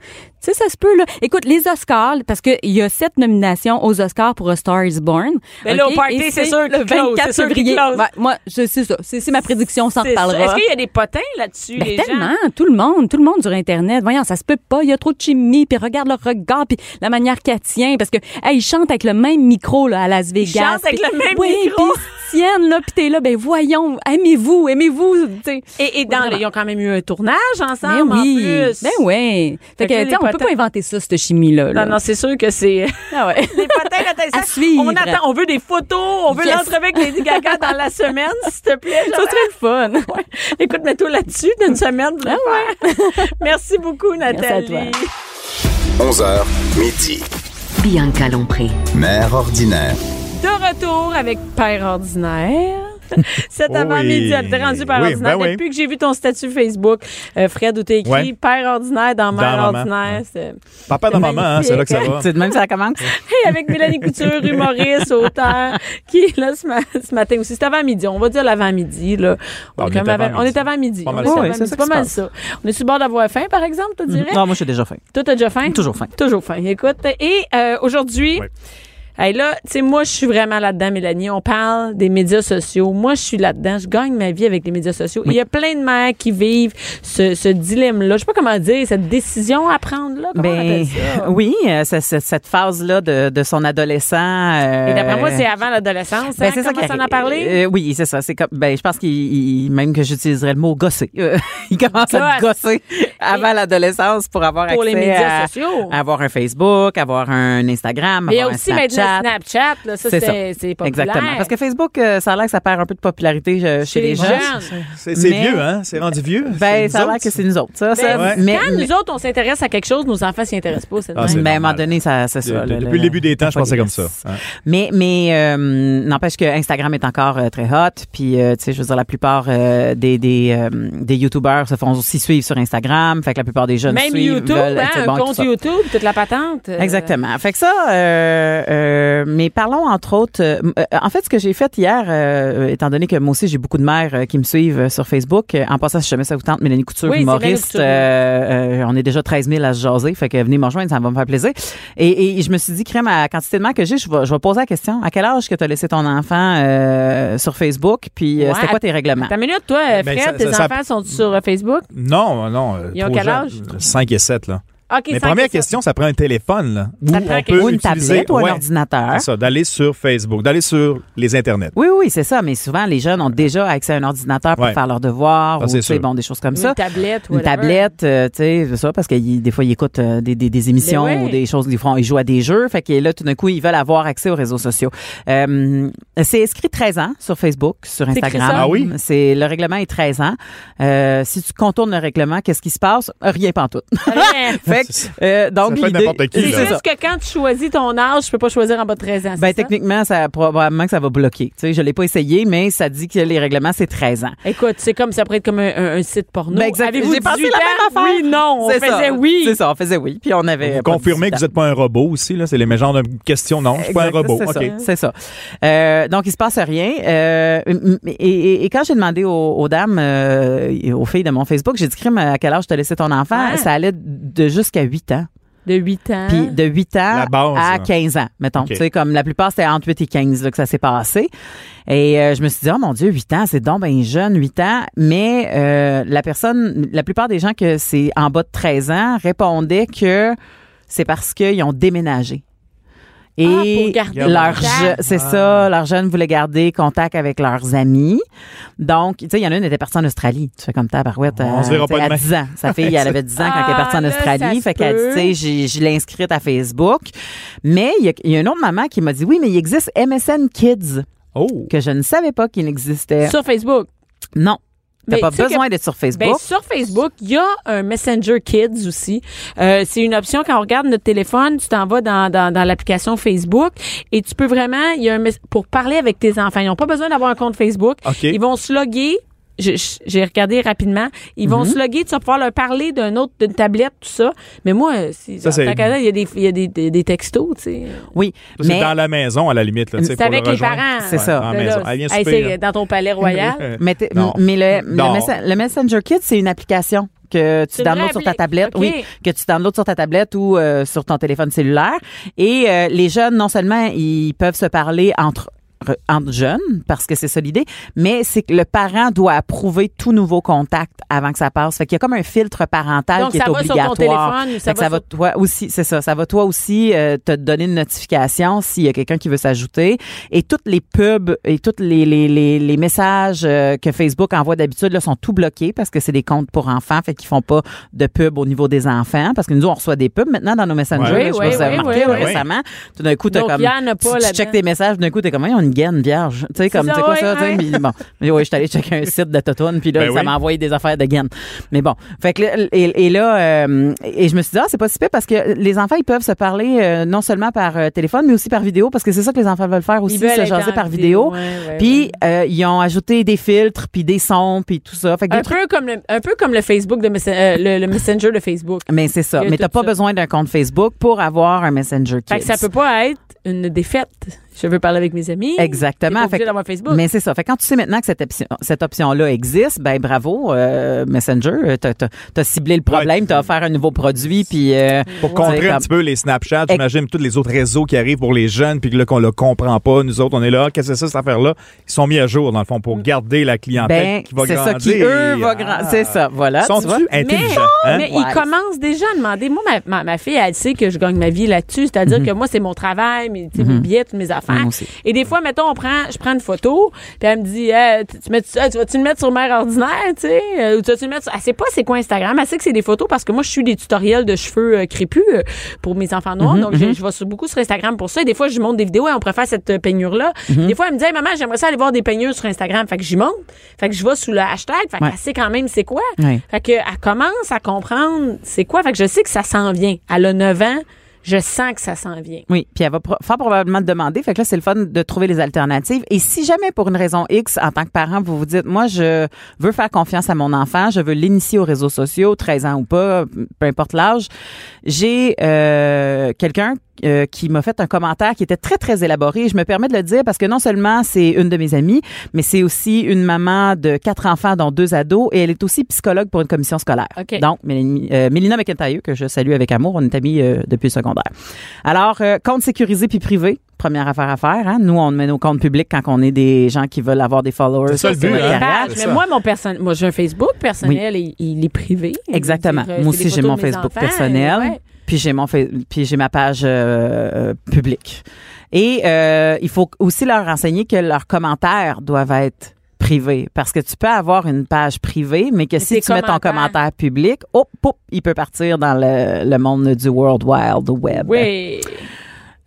S4: tu sais, ça se peut là. Écoute, les Oscars, parce que il y a sept nominations aux Oscars pour A Star Is Born.
S3: Ben là, au
S4: OK?
S3: party,
S4: Et
S3: c'est sûr
S4: le
S3: qu'il close,
S4: 24
S3: c'est sûr qu'il
S4: février.
S3: close.
S4: Ouais, moi, je c'est ça, c'est c'est ma prédiction, sans
S3: C'est ça.
S4: reparlera.
S3: Est-ce qu'il y a des potins là-dessus,
S4: Ben,
S3: les gens?
S4: tellement, tout le monde, tout le monde sur Internet. Voyons, ça se peut pas. Il y a trop de chimie. Puis regarde leur regard, puis la manière qu'elle tient, parce que hey, ils chantent avec le même micro là à Las Vegas.
S3: chantent avec
S4: Puis-
S3: le même
S4: oui,
S3: micro.
S4: Puis ils se tiennent là, puis t'es là. Ben voyons, aimez-vous, aimez-vous. tu sais.
S3: Et, et dans
S4: Vraiment.
S3: le- ils ont quand même eu un tournage
S4: Ben
S3: ensemble
S4: oui,
S3: en plus.
S4: ben ouais. Fait
S3: Fait
S4: que
S3: que
S4: tu sais,
S3: les
S4: on peut
S3: potins-
S4: pas inventer ça, cette chimie là.
S3: Non, non, c'est sûr que c'est.
S4: Ah ouais.
S3: Les potins, là, t'as-
S4: À suivre.
S3: On attend, on veut des photos, on veut
S4: Yes.
S3: l'entrevue avec Lady Gaga dans la semaine, s'il te plaît.
S4: ça serait le fun.
S3: Écoute, mets-toi là-dessus d'une semaine. pour le faire. Ah Merci beaucoup, Nathalie.
S4: toi.
S2: 11h, midi.
S1: Bianca Lompré.
S2: Mère ordinaire.
S3: De retour avec Père Ordinaire. Cet
S5: Oui.
S3: avant-midi, elle était rendue Père
S5: Oui,
S3: Ordinaire.
S5: ben oui.
S3: Depuis que j'ai vu ton statut Facebook, euh, Fred, où t'as écrit
S5: Ouais.
S3: Père Ordinaire dans Mère
S5: maman.
S3: Ordinaire. c'est-
S5: Papa dans maman, hein, c'est là que ça va.
S6: C'est de même que ça commence.
S3: Et avec Mélanie Couture, humoriste, auteur, qui est là ce, ma- ce matin aussi. C'est avant-midi, on va dire l'avant-midi. Là.
S5: Ah, on
S3: est comme
S5: est avant-midi.
S3: on est avant-midi.
S5: Pas
S3: On
S5: mal
S3: est
S5: ça.
S3: avant-midi.
S6: Oui, c'est ça
S3: C'est
S6: qui
S3: pas
S6: se
S3: mal
S6: passe.
S3: ça. On est sur le bord d'avoir faim, par exemple, tu dirais?
S6: Non, moi, j'ai déjà faim.
S3: Toi, t'as déjà faim?
S6: Toujours faim.
S3: Toujours faim. Écoute, et euh, aujourd'hui,
S5: Ouais.
S3: hey, là, tu sais, moi, je suis vraiment là-dedans, Mélanie. On parle des médias sociaux. Moi, je suis là-dedans. Je gagne ma vie avec les médias sociaux. Il y a plein de mères qui vivent ce, ce dilemme-là. Je sais pas comment dire, cette décision à prendre, là. Comment on
S6: Ben,
S3: appelle ça?
S6: oui, euh, c'est- c'est- cette phase-là de, de son adolescent. euh,
S3: Et d'après moi, c'est avant l'adolescence.
S6: ben,
S3: hein,
S6: c'est ça
S3: commence
S6: qui
S3: à en
S6: arrive.
S3: parler.
S6: Euh, oui, c'est ça. C'est comme, ben, je pense qu'il, il- même que j'utiliserais le mot gosser. Euh, il commence à te
S3: Gosse.
S6: gosser avant l'adolescence pour avoir
S3: Pour les
S6: accès
S3: médias
S6: à-
S3: sociaux.
S6: à avoir un Facebook, avoir un Instagram,
S3: Mais il y a
S6: avoir un
S3: aussi
S6: Snapchat.
S3: maintenant Snapchat, là. Ça,
S6: C'est ça.
S3: c'est c'est populaire.
S6: Exactement. Parce que Facebook, euh, ça a l'air que ça perd un peu de popularité euh, chez,
S3: chez les
S6: gens.
S3: jeunes.
S5: C'est c'est
S6: Mais-
S5: vieux, hein? C'est rendu vieux.
S6: Ben,
S5: nous
S6: ça a l'air
S5: autres.
S6: que c'est nous autres. Ça, ça,
S3: Ben,
S5: Ouais.
S6: mais-
S3: Quand
S6: mais-
S3: nous autres, on s'intéresse à quelque chose, nos enfants s'y intéressent pas. C'est le
S5: Ah,
S3: même.
S5: c'est
S6: Mais à un moment
S5: normal.
S6: donné, ça, c'est
S5: De-
S6: ça.
S5: de- depuis le début des temps, je pensais comme ça. hein.
S6: Mais, mais euh, n'empêche que Instagram est encore euh, très hot. Puis, euh, tu sais, je veux dire, la plupart euh, des, des, euh, des YouTubers se font aussi suivre sur Instagram. Fait que la plupart des jeunes
S3: Même
S6: suivent,
S3: YouTube,
S6: veulent être
S3: hein,
S6: bons
S3: un
S6: et tout
S3: compte
S6: ça.
S3: YouTube, toute la patente. euh,
S6: Exactement. Fait que ça, euh, euh, mais parlons entre autres. euh, euh, en fait, ce que j'ai fait hier, euh, étant donné que moi aussi j'ai beaucoup de mères euh, qui me suivent euh, sur Facebook, euh, en passant, si jamais ça vous tente, Mélanie Couture,
S3: Oui, c'est Mélanie
S6: humoriste,
S3: Couture.
S6: euh, euh, on est déjà 13 000 à se jaser, fait que venez me rejoindre, ça va me faire plaisir. Et, et je me suis dit, crème, à la quantité de mères que j'ai, je vais, je vais poser la question. À quel âge que tu as laissé ton enfant euh, sur Facebook, puis euh,
S3: Ouais,
S6: c'était quoi tes règlements?
S3: Ta minute, toi, euh,
S5: Ben,
S3: Fred,
S5: ça-
S3: tes
S5: ça- ça-
S3: enfants sont sur euh, Facebook?
S5: Non, non. euh,
S3: Ils ont
S5: trop
S3: quel
S5: jeune.
S3: âge?
S5: 5 et 7, là.
S3: OK, cinq
S5: Mais première
S3: et sept.
S5: question, ça prend un téléphone, là. Où
S3: Ça prend
S5: on
S3: quelque-
S5: peut
S6: Ou une
S5: utiliser...
S6: tablette ou un
S5: Ouais,
S6: ordinateur?
S5: C'est ça, d'aller sur Facebook, d'aller sur les internets.
S6: Oui, oui, c'est ça. Mais souvent, les jeunes ont déjà accès à un ordinateur pour
S5: Ouais.
S6: faire leurs devoirs
S5: Ah,
S6: ou
S5: c'est
S6: tu sais,
S5: sûr.
S6: bon, des choses comme ça.
S3: Une tablette,
S6: Une
S3: whatever.
S6: tablette, euh, tu sais, c'est ça, parce que il- des fois, ils écoutent euh, des, des, des émissions
S3: Ben ouais.
S6: ou des choses, ils, font, ils jouent à des jeux. Fait que là, tout d'un coup, ils veulent avoir accès aux réseaux sociaux. Euh, c'est inscrit 13 ans sur Facebook, sur
S3: écrit
S6: Instagram.
S3: ça?
S5: Ah oui?
S6: C'est, le règlement est 13 ans. Euh, si tu contournes le règlement, qu'est-ce qui se passe? Rien pantoute.
S3: Rien.
S6: fait que, euh, donc,
S5: Ça fait
S6: l'idée-
S5: n'importe qui,
S6: c'est
S3: C'est
S5: là.
S6: ça.
S3: juste que quand tu choisis ton âge, tu peux pas choisir en bas de 13 ans. c'est
S6: Ben,
S3: ça?
S6: techniquement, ça, probablement que ça va bloquer. Tu sais, je l'ai pas essayé, mais ça dit que les règlements, c'est 13 ans.
S3: Écoute, c'est comme ça pourrait être comme un, un- un site porno.
S6: Ben, exact.
S3: Avez-vous
S6: J'ai pensé
S3: 18
S6: la même
S3: ans?
S6: affaire.
S3: Oui, non. On
S6: C'est
S3: faisait
S6: ça.
S3: oui.
S6: C'est ça, on faisait oui. Puis on avait.
S5: Vous
S6: pas de
S5: confirmez que vous
S6: dissident.
S5: n'êtes pas un robot aussi, là? C'est les mêmes genres de questions. Non, je suis pas un
S6: Exact,
S5: robot.
S6: C'est
S5: OK.
S6: ça. c'est ça. Euh, donc, il se passe rien. Euh, et, et- et quand j'ai demandé aux, aux dames, euh, et aux filles de mon Facebook, j'ai dit, crime, à quel âge t'as laissé ton enfant?
S3: Ouais.
S6: Ça allait de jusqu'à 8 ans.
S3: De 8 ans.
S6: Puis de 8 ans
S5: La base,
S6: à
S5: là.
S6: 15 ans, mettons.
S5: OK.
S6: Tu sais, comme la plupart, c'était entre 8 et 15 là, que ça s'est passé. Et euh, je me suis dit, oh mon Dieu, 8 ans, c'est donc bien jeune, 8 ans. Mais euh, la personne, la plupart des gens que c'est en bas de 13 ans répondaient que c'est parce qu'ils ont déménagé. Et
S3: Ah, pour garder
S6: leur
S3: contact.
S6: je- c'est ça, leurs jeunes voulaient garder contact avec leurs amis. Donc, tu sais, il y en a une qui était partie en Australie. Tu fais comme tabarouette.
S5: On
S6: euh,
S5: se verra
S6: tu sais,
S5: pas
S6: à
S5: demain.
S6: 10 ans. Sa fille, elle avait 10 ans quand elle est partie
S3: Ah,
S6: en
S3: là, ça
S6: Australie.
S3: se
S6: Fait qu'elle dit,
S3: peut.
S6: tu sais, j'ai- je l'ai inscrite à Facebook. Mais il y, a- il y a une autre maman qui m'a dit, oui, mais il existe MSN Kids,
S5: Oh!
S6: que je ne savais pas qu'il existait.
S3: Sur Facebook.
S6: Non. T'as
S3: Mais
S6: pas
S3: tu sais
S6: besoin
S3: que-
S6: d'être sur
S3: Ben,
S6: Facebook.
S3: sur Facebook, il y a un Messenger Kids aussi. Euh, c'est une option quand on regarde notre téléphone, tu t'en vas dans, dans, dans l'application Facebook et tu peux vraiment, il y a un mes- pour parler avec tes enfants. Ils n'ont pas besoin d'avoir un compte Facebook.
S5: OK.
S3: Ils vont se loguer. Je- je- J'ai regardé rapidement. Ils vont
S5: Mm-hmm.
S3: se loguer, tu vas pouvoir leur parler d'un autre, d'une tablette, tout ça. Mais moi, si,
S5: Ça,
S3: en
S5: c'est-
S3: tant qu'adulte, il y a des, il y a des, des, des textos, tu sais.
S6: oui,
S5: Ça, C'est
S6: mais,
S5: dans la maison, à la limite. là, tu sais,
S3: C'est
S5: pour le
S3: avec les
S5: rejoindre.
S3: parents.
S6: C'est ça.
S3: Là,
S5: Dans la maison.
S3: Ben là,
S5: Elle vient
S3: hey,
S5: souper, hein.
S3: c'est
S5: là.
S3: dans ton palais royal.
S6: mais, t'es-
S5: Euh, Non.
S6: mais le, le
S5: Non.
S6: messen- le Messenger Kid, c'est une application que
S3: C'est
S6: tu
S3: une vraie
S6: downloads sur ta
S3: appli-
S6: tablette,
S3: OK.
S6: oui, que tu downloads sur ta tablette ou euh, sur ton téléphone cellulaire. Et euh, les jeunes, non seulement ils peuvent se parler entre re- entre jeunes, parce que c'est ça l'idée, mais c'est que le parent doit approuver tout nouveau contact avant que ça passe. Fait qu'il y a comme un filtre parental
S3: Donc,
S6: qui est
S3: ça va sur
S6: obligatoire.
S3: ton téléphone, ça
S6: Fait que
S3: va
S6: ça va toi aussi, c'est ça, ça va toi aussi euh, te donner une notification s'il y a quelqu'un qui veut s'ajouter. Et toutes les pubs et tous les, les, les, les messages euh, que Facebook envoie d'habitude là, sont tout bloqués parce que c'est des comptes pour enfants, fait qu'ils font pas de pub au niveau des enfants parce que nous on reçoit des pubs maintenant dans nos messengers.
S5: Ouais.
S6: là, je
S3: Oui, oui,
S6: sais pas si vous avez
S3: oui,
S6: remarqué, là,
S5: oui.
S6: récemment. Tout d'un coup, t'as
S3: Donc,
S6: comme
S3: il y en a pas
S6: tu- tu,
S3: là-dedans.
S6: checkes tes messages, tout d'un coup t'es comme Hey, on a une gaine vierge, tu sais comme
S3: ça,
S6: c'est quoi
S3: ouais,
S6: ça, tu sais,
S3: ouais.
S6: mais bon, mais oui, je suis allé checker un site de Totoun puis là
S5: Ben
S6: ça
S5: oui.
S6: m'a envoyé des affaires de gaines. Mais bon, fait que là, et, et là euh, et je me suis dit ah c'est pas si pire parce que les enfants ils peuvent se parler euh, non seulement par euh, téléphone mais aussi par vidéo parce que c'est ça que les enfants veulent faire aussi
S3: Ils veulent
S6: se
S3: être
S6: jaser
S3: en
S6: par vidéo.
S3: ouais, ouais,
S6: Puis euh, ils ont ajouté des filtres puis des sons puis tout ça. Fait que des
S3: un
S6: trucs-
S3: peu comme le, un peu comme le Facebook de Messen- euh, le, le Messenger de Facebook.
S6: mais c'est ça.
S3: Il y a
S6: Mais
S3: tout
S6: t'as pas
S3: ça.
S6: besoin d'un compte Facebook pour avoir un Messenger Kids.
S3: Fait que ça peut pas être une défaite. Je veux parler avec mes amis.
S6: Exactement.
S3: T'es pas
S6: Fait
S3: obligé
S6: que-
S3: d'avoir Facebook.
S6: Mais c'est ça. Fait que quand tu sais maintenant que cette, option, cette option-là existe, ben bravo euh, Messenger, Euh, t'as, t'as- t'as ciblé le problème,
S5: Ouais.
S6: t'as offert un nouveau produit, puis euh,
S5: Pour
S6: tu sais,
S5: contrer un
S6: comme-
S5: petit peu les Snapchat, j'imagine tous les autres réseaux qui arrivent pour les jeunes, puis que là, qu'on le comprend pas. Nous autres, on est là, Ah, qu'est-ce que c'est ça, cette affaire-là? Ils sont mis à jour, dans le fond, pour garder la clientèle
S6: Mm. ben
S5: qui va
S6: c'est ça
S5: grandir.
S6: qui eux va
S5: Ah.
S6: grandir. C'est ça. Voilà. tu vois.
S5: Sont-tu intelligents? hein?
S3: mais
S6: Ouais.
S3: ils commencent déjà à demander. Moi, ma, ma, ma fille, elle sait que je gagne ma vie là-dessus. C'est-à-dire que moi, c'est mon travail, mes, tu sais, mes billets, toutes mes affaires.
S6: Mhm. Moi aussi.
S3: Et des fois, mettons, on prend, je prends une photo, puis elle me dit, Hey, tu, tu mets ça, tu vas-tu le mettre sur Mère Ordinaire, tu sais? Euh, Ou tu vas-tu le mettre sur... Elle sait pas c'est quoi Instagram. Elle sait que c'est des photos parce que moi, je suis des tutoriels de cheveux euh, crépus euh, pour mes enfants noirs.
S6: Mhm,
S3: donc, je- je vais sur- beaucoup sur Instagram pour ça. Et des fois, je lui montre des vidéos et on préfère cette euh, peignure-là.
S6: Mhm.
S3: Des fois, elle me dit, Hey, maman, j'aimerais ça aller voir des peignures sur Instagram. Fait que j'y monte. Fait que je vais sous le hashtag. Fait
S6: Ouais.
S3: qu'elle sait quand même c'est quoi.
S6: Ouais.
S3: Fait que elle commence à comprendre c'est quoi. Fait que je sais que ça s'en vient. Elle a 9 ans, je sens que ça s'en vient.
S6: Oui, puis elle va pro- fort probablement te demander. Fait que là, c'est le fun de trouver les alternatives. Et si jamais, pour une raison X, en tant que parent, vous vous dites, moi, je veux faire confiance à mon enfant, je veux l'initier aux réseaux sociaux, 13 ans ou pas, peu importe l'âge, j'ai euh, quelqu'un euh, qui m'a fait un commentaire qui était très, très élaboré. Je me permets de le dire parce que non seulement c'est une de mes amies, mais c'est aussi une maman de quatre enfants, dont deux ados, et elle est aussi psychologue pour une commission scolaire.
S3: OK.
S6: Donc, Mélanie- euh, Mélina McIntyre, que je salue avec amour, on est amis euh, depuis le secondaire. Alors, euh, compte sécurisé puis privé, première affaire à faire. Hein? Nous, on met nos comptes publics quand on est des gens qui veulent avoir des followers.
S5: C'est ça, le
S6: sur
S5: but,
S6: notre
S5: hein?
S3: Les
S6: carrière.
S3: pages.
S5: c'est
S3: Ah, Mais
S5: ça.
S3: moi, mon personnel, moi, j'ai un Facebook personnel et il est privé.
S6: Exactement.
S3: C'est- euh,
S6: Moi
S3: c'est
S6: aussi,
S3: des
S6: j'ai
S3: photos
S6: mon
S3: de mes
S6: Facebook
S3: enfants,
S6: personnel.
S3: et ouais.
S6: Puis j'ai mon fa- puis j'ai ma page euh, euh, publique. Et euh, il faut aussi leur enseigner que leurs commentaires doivent être privés parce que tu peux avoir une page privée mais que si
S3: tes
S6: tu mets ton
S3: commentaires-
S6: commentaire public, oh, poup, il peut partir dans le, le monde du World Wild Web.
S3: Oui.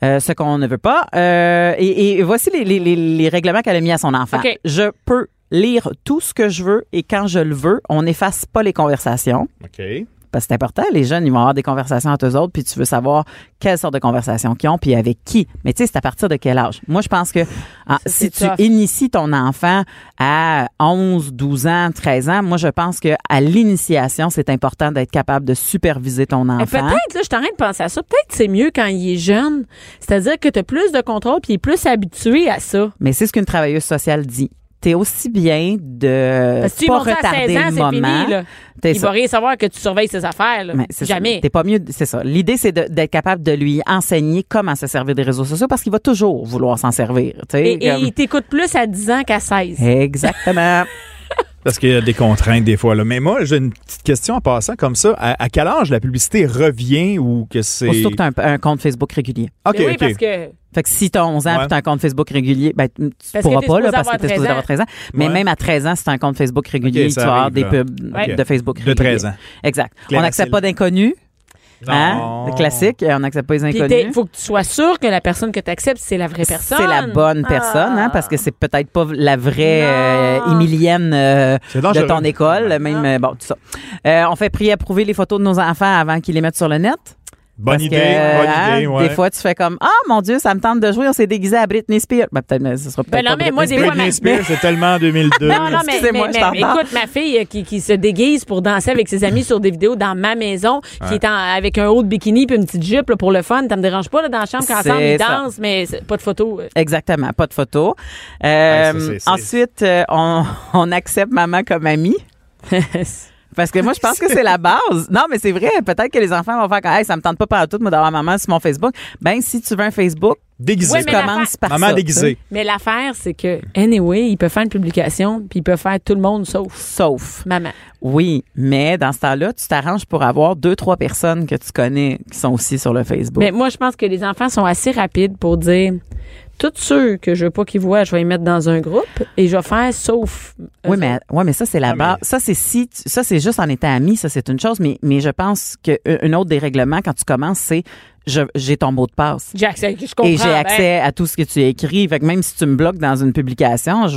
S6: Euh, ce qu'on ne veut pas. Euh, et, et voici les, les- les- les règlements qu'elle a mis à son enfant.
S3: OK.
S6: Je peux lire tout ce que je veux et quand je le veux, on n'efface pas les conversations.
S5: OK.
S6: Parce que c'est important, les jeunes, ils vont avoir des conversations entre eux autres, puis tu veux savoir quelle sorte de conversation qu'ils ont, puis avec qui. Mais tu sais, c'est à partir de quel âge? Moi, je pense que ah,
S3: c'est
S6: si tu
S3: tough.
S6: inities ton enfant à 11, 12 ans, 13 ans, moi, je pense que à l'initiation, c'est important d'être capable de superviser ton
S3: Et
S6: enfant.
S3: Peut-être, là, je suis en train de penser à ça. Peut-être c'est mieux quand il est jeune. C'est-à-dire que tu as plus de contrôle puis il est plus habitué à ça.
S6: Mais c'est ce qu'une travailleuse sociale dit. T'es aussi bien de
S3: Parce que tu es
S6: pas
S3: monté à
S6: retarder
S3: 16 ans,
S6: le
S3: c'est
S6: moment.
S3: fini, là.
S6: T'es
S3: Il
S6: ça.
S3: va rien savoir que tu surveilles ses affaires, là.
S6: Mais c'est ça.
S3: Jamais.
S6: T'es pas mieux, c'est ça. L'idée, c'est de- d'être capable de lui enseigner comment se servir des réseaux sociaux parce qu'il va toujours vouloir s'en servir. tu sais,
S3: Et, et
S6: comme-
S3: il t'écoute plus à 10 ans qu'à 16.
S5: Eh,
S6: Exactement.
S5: Parce qu'il y a des contraintes des fois. Là. Mais moi, j'ai une petite question en passant comme ça. À, à quel âge la publicité revient ou que c'est...
S6: Aussitôt que tu un, un compte Facebook régulier.
S5: OK,
S3: Mais Ben oui,
S5: OK.
S3: parce que
S6: Fait que si t'as 11 ans
S5: Ouais.
S6: et t'as un compte Facebook régulier, ben, tu tu
S3: Parce que
S6: pourras
S3: t'es
S6: pas, là,
S3: supposé
S6: parce que
S3: avoir
S6: t'es supposé
S3: 13
S6: avoir 13 ans. Mais
S5: Ouais.
S6: même à 13 ans, si t'as un compte Facebook régulier,
S5: Ok,
S6: tu
S5: ça
S6: vas avoir
S5: arrive,
S6: des
S5: là.
S6: pubs
S5: Ouais.
S6: de Facebook
S5: De
S6: régulier.
S5: 13 ans.
S6: Exact.
S5: Claire
S6: on n'accepte
S5: Asselin.
S6: pas d'inconnus. Hein? Le classique, on n'accepte pas les
S3: Puis t'es-
S6: inconnus.
S3: faut que tu sois sûr que la personne que tu acceptes, c'est la vraie personne. Ah.
S6: C'est la bonne personne, hein, parce que c'est peut-être pas la vraie
S3: Non.
S6: euh, Émilienne euh,
S5: C'est dangereux.
S6: de ton école, même euh, bon tout ça. Euh, on fait prier à prouver les photos de nos enfants avant qu'ils les mettent sur le net.
S5: Bonne
S6: Parce
S5: idée,
S6: que,
S5: bonne
S6: hein,
S5: idée, ouais.
S6: Des fois, tu fais comme Ah, mon Dieu, ça me tente de jouer, on s'est déguisé à Britney Spears. Ben, peut-être, mais ce sera peut-être.
S3: Ben non,
S6: pas
S3: mais moi,
S6: Britney
S3: des
S6: Spears.
S3: fois, ma-
S5: Britney Spears, c'est tellement 2002.
S3: Non, non, mais,
S6: Excusez-moi,
S3: mais-
S6: je
S3: mais-
S6: t'en parle.
S3: écoute, ma fille euh, qui, qui se déguise pour danser avec ses amis sur des vidéos dans ma maison, qui est en- avec un haut de bikini puis une petite jupe là, pour le fun, ça me dérange pas là, dans la chambre quand ensemble
S6: C'est
S3: ils
S6: ça.
S3: dansent, mais c'est pas de photo. euh.
S6: Exactement, pas de photo. Euh,
S5: Ouais, ça, c'est- c'est-
S6: ensuite, euh, on, on accepte maman comme amie. Parce que moi, je pense que c'est la base. Non, mais c'est vrai. Peut-être que les enfants vont faire comme, hey, ça me tente pas partout, moi, d'avoir maman sur mon Facebook. Ben, si tu veux un Facebook,
S5: Déguisé.
S3: Ouais,
S6: tu
S3: mais la
S6: commences
S3: fa-
S6: par
S5: Maman
S6: ça.
S5: déguisée.
S3: mais l'affaire, c'est que, anyway, ils peuvent faire une publication puis ils peuvent faire tout le monde sauf
S6: Sauf.
S3: maman.
S6: Oui, mais dans ce temps-là, tu t'arranges pour avoir deux, trois personnes que tu connais qui sont aussi sur le Facebook.
S3: Mais moi, je pense que les enfants sont assez rapides pour dire tous ceux que je veux pas qu'ils voient, je vais les mettre dans un groupe et je vais faire sauf. eux
S6: Oui, mais, ouais, mais ça, c'est
S3: Ah,
S6: la
S5: mais-
S6: base. Ça, c'est si, tu- ça, c'est juste en étant ami, ça, c'est une chose, mais, mais je pense qu'un autre des règlements, quand tu commences, c'est je- j'ai ton mot de passe.
S3: J'ai accès, je comprends.
S6: Et j'ai
S3: ben,
S6: accès à tout ce que tu écris. Fait que même si tu me bloques dans une publication, je,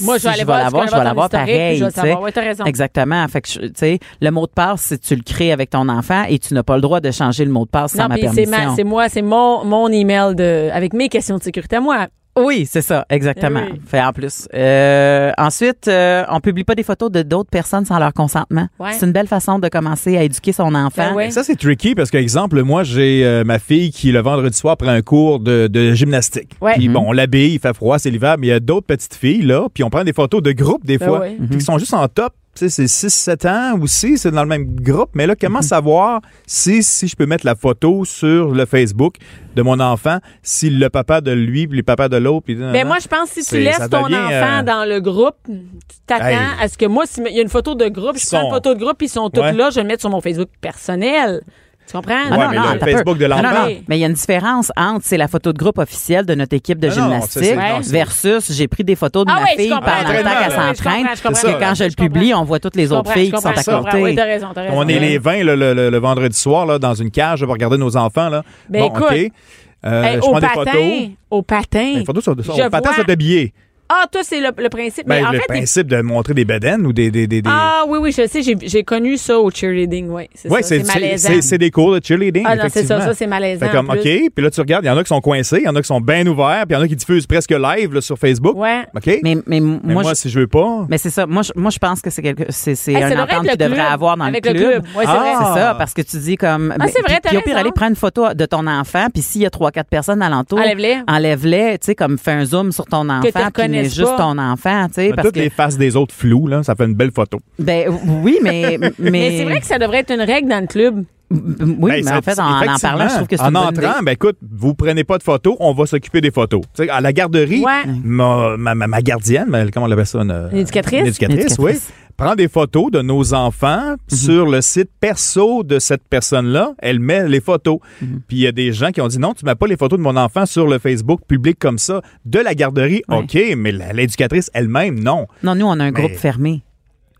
S3: Moi,
S6: si
S3: je vais aller voir,
S6: la
S3: tu
S6: voir,
S3: connais
S6: je vais
S3: ton
S6: la voir
S3: historique, puis
S6: pareil.
S3: je vais le
S6: tu sais.
S3: savoir. Ouais, t'as raison.
S6: Exactement. Fait que, je- tu sais, le mot de passe, si tu le crées avec ton enfant et tu n'as pas le droit de changer le mot de passe sans
S3: Non,
S6: ma
S3: puis c'est ma-
S6: permission.
S3: c'est moi, c'est mon, mon email de, avec mes questions de sécurité à moi.
S6: Oui, c'est ça, exactement.
S3: Eh oui.
S6: Fait en plus. Euh, ensuite, euh, on publie pas des photos de d'autres personnes sans leur consentement.
S3: Ouais.
S6: C'est une belle façon de commencer à éduquer son enfant.
S3: Ben ouais.
S5: Ça, c'est tricky parce que, exemple, moi, j'ai euh, ma fille qui, le vendredi soir, prend un cours de, de gymnastique.
S3: Ouais. Mm-hmm.
S5: Puis bon, on l'habille, il fait froid, c'est l'hiver, mais il y a d'autres petites filles, là, puis on prend des photos de groupe, des
S3: Ben
S5: fois,
S3: ouais.
S5: puis qui sont juste en top. Tu sais, c'est 6-7 ans aussi, c'est dans le même groupe, mais là,
S3: Mm-hmm.
S5: comment savoir si, si je peux mettre la photo sur le Facebook de mon enfant, si le papa de lui, puis le papa de l'autre, puis...
S3: Ben moi, je pense que si tu
S5: C'est-
S3: laisses
S5: ça
S3: ton
S5: devient,
S3: enfant
S5: euh,
S3: dans le groupe, tu t'attends
S5: Hey.
S3: à ce que moi, s'il y a une photo de groupe, je
S5: Ils
S3: prends
S5: sont-
S3: une photo de groupe, ils sont tous
S5: Ouais.
S3: là, je vais le mettre sur mon Facebook personnel. Tu comprends?
S5: Ouais, mais le
S6: attends un
S5: Facebook
S6: peu.
S5: de
S6: Ah Non, non,
S5: l'enfant.
S6: non, Mais il y a une différence entre c'est la photo de groupe officielle de notre équipe de
S5: Ah non, c'est-
S6: gymnastique
S5: c'est-
S3: non, c'est-
S6: versus j'ai pris des photos de
S3: Ah
S6: ma
S3: oui, je
S6: fille
S3: comprends.
S6: pendant le temps
S5: Entraînement,
S6: qu'elle
S5: là.
S6: s'entraîne.
S3: Je comprends, je
S6: que
S5: comprends.
S6: quand je le
S3: Je comprends.
S6: publie, on voit toutes les autres filles qui sont à côté.
S3: Oui, t'as raison, t'as raison.
S5: On est les euh, 20 là, le, le- le vendredi soir là, dans une cage pour regarder nos enfants. Là.
S3: Ben,
S5: bon,
S3: écoute.
S5: OK. Euh,
S3: Hey,
S5: je
S3: au
S5: prends des
S3: patin,
S5: photos. Ben,
S3: au patin.
S5: Les photos sont, sont
S3: Je
S5: au patin,
S3: vois-
S5: sont habillés.
S3: Ah, toi, c'est le, le principe.
S5: Ben,
S3: mais en
S5: le
S3: fait, t'es-
S5: principe de montrer des bedaines ou des. des, des, des-
S3: Ah oui, oui, je sais, j'ai- j'ai connu ça au cheerleading, oui. C'est
S5: Ouais,
S3: ça, c'est
S5: c'est-
S3: malaisant.
S5: c'est c'est des cours de cheerleading.
S3: Ah non, c'est ça,
S5: effectivement.
S3: ça, c'est malaisant.
S5: Fait comme,
S3: en
S5: OK,
S3: plus.
S5: puis là, tu regardes, il y en a qui sont coincés, il y en a qui sont bien ouverts, puis il y en a qui diffusent presque live là, sur Facebook.
S3: Ouais.
S5: OK?
S6: Mais, mais moi,
S5: Mais moi,
S6: je-
S5: si je veux pas.
S6: Mais c'est ça. Moi, je, moi, je pense que c'est quelque, c'est, c'est
S3: Hey, ça
S6: un
S3: devrait
S6: entente
S3: être le
S6: qu'il devrait
S3: club,
S6: avoir dans
S3: avec
S6: le
S3: le
S6: club.
S3: club. Ouais, c'est Ah,
S5: Ah!
S6: c'est ça, parce que tu dis comme. ben,
S3: c'est vrai,
S6: puis-
S3: t'as
S6: puis au pire,
S3: raison.
S6: allez prendre une photo de ton enfant, puis s'il y a trois, quatre personnes alentour,
S3: Enlève-les.
S6: Enlève-les, tu sais, comme fais un zoom sur ton
S3: Que tu
S6: enfant, puis mets
S3: reconnaisses
S6: juste
S3: pas.
S6: ton enfant, tu sais,
S5: Mais
S6: parce
S5: toutes
S6: que.
S5: les faces des autres floues, là, ça fait une belle photo.
S6: Ben oui, mais. mais,
S3: Mais c'est vrai que ça devrait être une règle dans le club.
S6: Oui,
S5: Ben,
S6: mais
S5: ça-
S6: en fait, en en
S5: effectivement,
S6: parlant, je trouve que c'est
S5: En
S6: une bonne idée.
S5: entrant, ben écoute, vous prenez pas de photos, on va s'occuper des photos. Tu sais, à la garderie,
S3: Ouais.
S5: ma, ma- ma- ma gardienne, mais comment on l'appelle ça? Une, euh,
S3: Une éducatrice? Mhm.
S5: Une éducatrice,
S6: Une
S5: oui.
S6: éducatrice.
S5: Prend des photos de nos enfants sur le site perso de cette personne-là. Elle met les photos.
S3: Mhm.
S5: Puis il y a des gens qui ont dit non, tu mets pas les photos de mon enfant sur le Facebook public comme ça, de la garderie.
S6: Ouais.
S5: OK, mais la- l'éducatrice elle-même, non.
S6: Non, nous, on a un groupe
S5: Mais-
S6: fermé.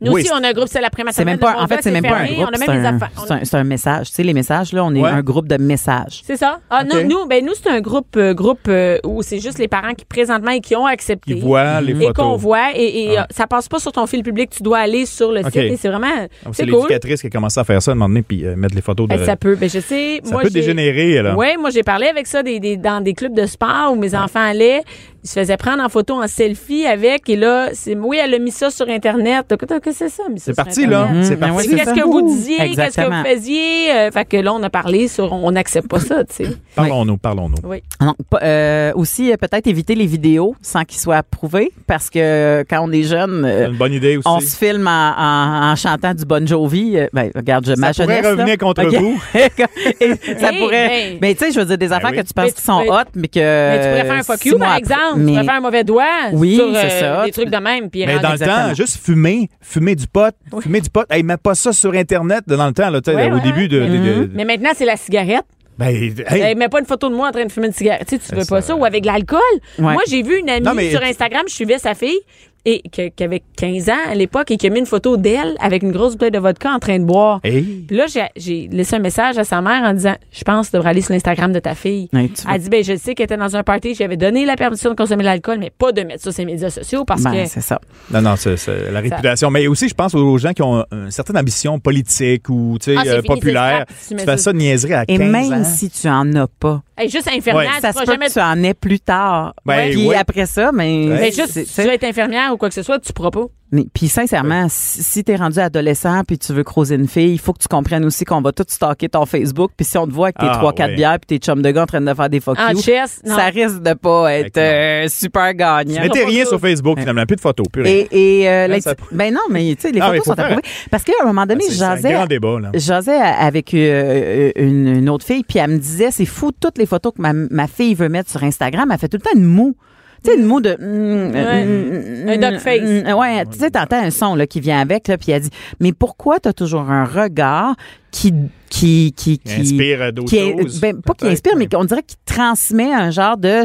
S3: Nous
S5: Oui,
S3: aussi,
S5: c'est-
S3: on a un groupe, c'est l'après-matinée.
S6: C'est même
S3: de
S6: pas,
S3: mon
S6: en fait,
S3: gars,
S6: c'est même pas un
S3: fermé,
S6: groupe,
S3: On a
S6: c'est
S3: même des
S6: un,
S3: affaires.
S6: c'est un- c'est un message. Tu sais, les messages, là, on est
S5: Ouais.
S6: un groupe de messages.
S3: C'est ça. Ah
S5: Ok.
S3: non, nous, ben nous c'est un groupe euh, groupe euh, où c'est juste les parents qui présentement et qui ont accepté.
S5: Ils voient les
S3: et qu'on
S5: photos.
S3: voit et, et,
S5: Ah.
S3: euh, ça passe pas sur ton fil public, tu dois aller sur le
S5: Ok.
S3: site et c'est vraiment
S5: C'est
S3: c'est cool.
S5: l'éducatrice qui a commencé à faire ça à un moment donné, puis euh, mettre les photos de.
S3: Ben, ça peut, ben je sais,
S5: Ça
S3: moi
S5: peut
S3: j'ai-
S5: dégénérer, là.
S3: Oui, moi j'ai parlé avec ça des, des- dans des clubs de sport où mes enfants allaient, ils se faisaient prendre en photo en selfie avec et là c'est oui, elle a mis ça sur internet. Donc, Qu'est-ce que c'est ça mis ça
S5: C'est
S3: sur
S5: parti,
S3: Internet?
S5: là.
S6: Mhm.
S5: C'est
S6: Ben ouais,
S5: parti.
S6: c'est
S3: Qu'est-ce
S6: ça.
S3: que vous disiez, qu'est-ce que
S6: Exactement.
S3: vous faisiez Euh, fait que là on a parlé sur on n'accepte pas ça, tu sais.
S5: Parlons-nous, parlons-nous.
S6: Non, pas- euh, aussi, euh, peut-être éviter les vidéos sans qu'ils soient approuvés, parce que euh, quand on est jeune, euh,
S5: C'est Une bonne idée aussi.
S6: on se filme en, en- en chantant du Bon Jovi. Euh, ben, regarde, je, ma
S5: ça pourrait
S6: jeunesse, là.
S5: revenir contre
S6: Ok.
S5: vous. Ben
S6: Et ça
S3: Hey,
S6: pourrait.
S3: hey.
S6: Mais tu sais, je veux dire, des affaires
S5: oui.
S6: que tu penses
S3: Mais
S6: qui sont
S3: tu peux-
S6: hot, mais que.
S3: Mais tu pourrais faire un fuck
S6: Euh, six
S3: you,
S6: mois
S3: par
S6: après-
S3: exemple.
S6: mais-
S3: Tu pourrais faire un mauvais doigt
S6: Oui,
S3: sur euh,
S6: c'est ça.
S3: des trucs de même. Puis
S5: Mais
S3: rendre-
S5: dans le
S6: Exactement.
S5: temps, juste fumer, fumer du pot, fumer du pot. Hey, mets pas ça sur Internet dans le temps, là, tu sais,
S3: Ouais,
S5: au
S3: ouais,
S5: début de.
S3: ouais.
S5: de- de-
S3: Mais maintenant, c'est la cigarette.
S5: ben, hey,
S3: Mais mets pas une photo de moi en train de fumer une cigarette. Tu sais, tu veux
S5: ça.
S3: pas ça. Ou avec l'alcool.
S6: Ouais.
S3: Moi, j'ai vu une amie
S5: Non, mais-
S3: sur Instagram, je suivais sa fille. et que- qui avait 15 ans à l'époque et qui a mis une photo d'elle avec une grosse bouteille de vodka en train de boire.
S5: Hey.
S3: Puis là, j'ai- j'ai laissé un message à sa mère en disant Je pense que tu devrais aller sur l'Instagram de ta fille.
S6: Ouais, tu vois.
S3: Elle dit ben, Je sais qu'elle était dans un party, j'avais donné la permission de consommer de l'alcool, mais pas de mettre ça sur ses médias sociaux parce
S6: Ben,
S3: que.
S6: c'est ça.
S5: Non, non, c'est c'est la réputation. Mais aussi, je pense aux gens qui ont euh, une certaine ambition politique ou tu sais,
S3: Ah, c'est
S5: euh,
S3: fini,
S5: populaire.
S3: c'est scrap, tu
S5: Tu
S3: mets ça.
S5: fais ça de niaiserie à 15
S6: Et même
S5: ans.
S6: si tu en as pas,
S3: Hey, juste infernal,
S5: Ouais.
S3: Ah, tu
S6: ça
S3: pourras
S6: se peut
S3: jamais
S6: que tu en aies plus tard.
S5: Ben,
S6: Ouais. Puis
S5: ouais.
S6: après ça,
S5: Ouais.
S6: mais...
S3: Mais
S6: c'est-
S3: Ben, juste, si
S6: c'est-
S3: tu veux être infirmière ou quoi que ce soit, tu pourras pas.
S6: Mais puis sincèrement, si, si t'es rendu adolescent puis tu veux croiser une fille, il faut que tu comprennes aussi qu'on va tout stalker ton Facebook puis si on te voit avec tes
S5: Ah,
S6: trois quatre
S5: ouais.
S6: bières puis tes chums de gars en train de faire des fuck
S3: En
S6: you,
S3: chess, Ah, non.
S6: ça risque de pas être
S5: Fait
S6: euh, super
S5: Tu
S6: gagnant.
S5: mettais rien sur Facebook, finalement. Plus de photos, plus rien.
S6: Et, et, euh,
S5: Là,
S6: la-
S5: ça-
S6: ben non, mais tu sais, les
S5: Ah, mais
S6: photos
S5: faut
S6: sont
S5: faire- Ah,
S6: approuvées. Parce qu'à un moment donné,
S5: C'est-
S6: je
S5: c'est un
S6: jasais,
S5: grand débat, là.
S6: jasais à- avec euh, une, une autre fille, puis elle me disait, c'est fou, toutes les photos que ma, ma fille veut mettre sur Instagram, elle fait tout le temps une moue. Tu sais, une moue de... mm,
S3: Ouais.
S6: mm, mm,
S3: Un duck face.
S6: mm, ouais, tu sais, t'entends un son là, qui vient avec, là, puis elle dit, mais pourquoi t'as toujours un regard qui... qui,
S5: Qui
S6: qui, qui-
S5: inspire euh, d'autres
S6: qui est-
S5: choses.
S6: ben, pas qui
S5: peut-être,
S6: inspire, mais
S5: mais-
S6: qu'on dirait qu'il transmet un genre de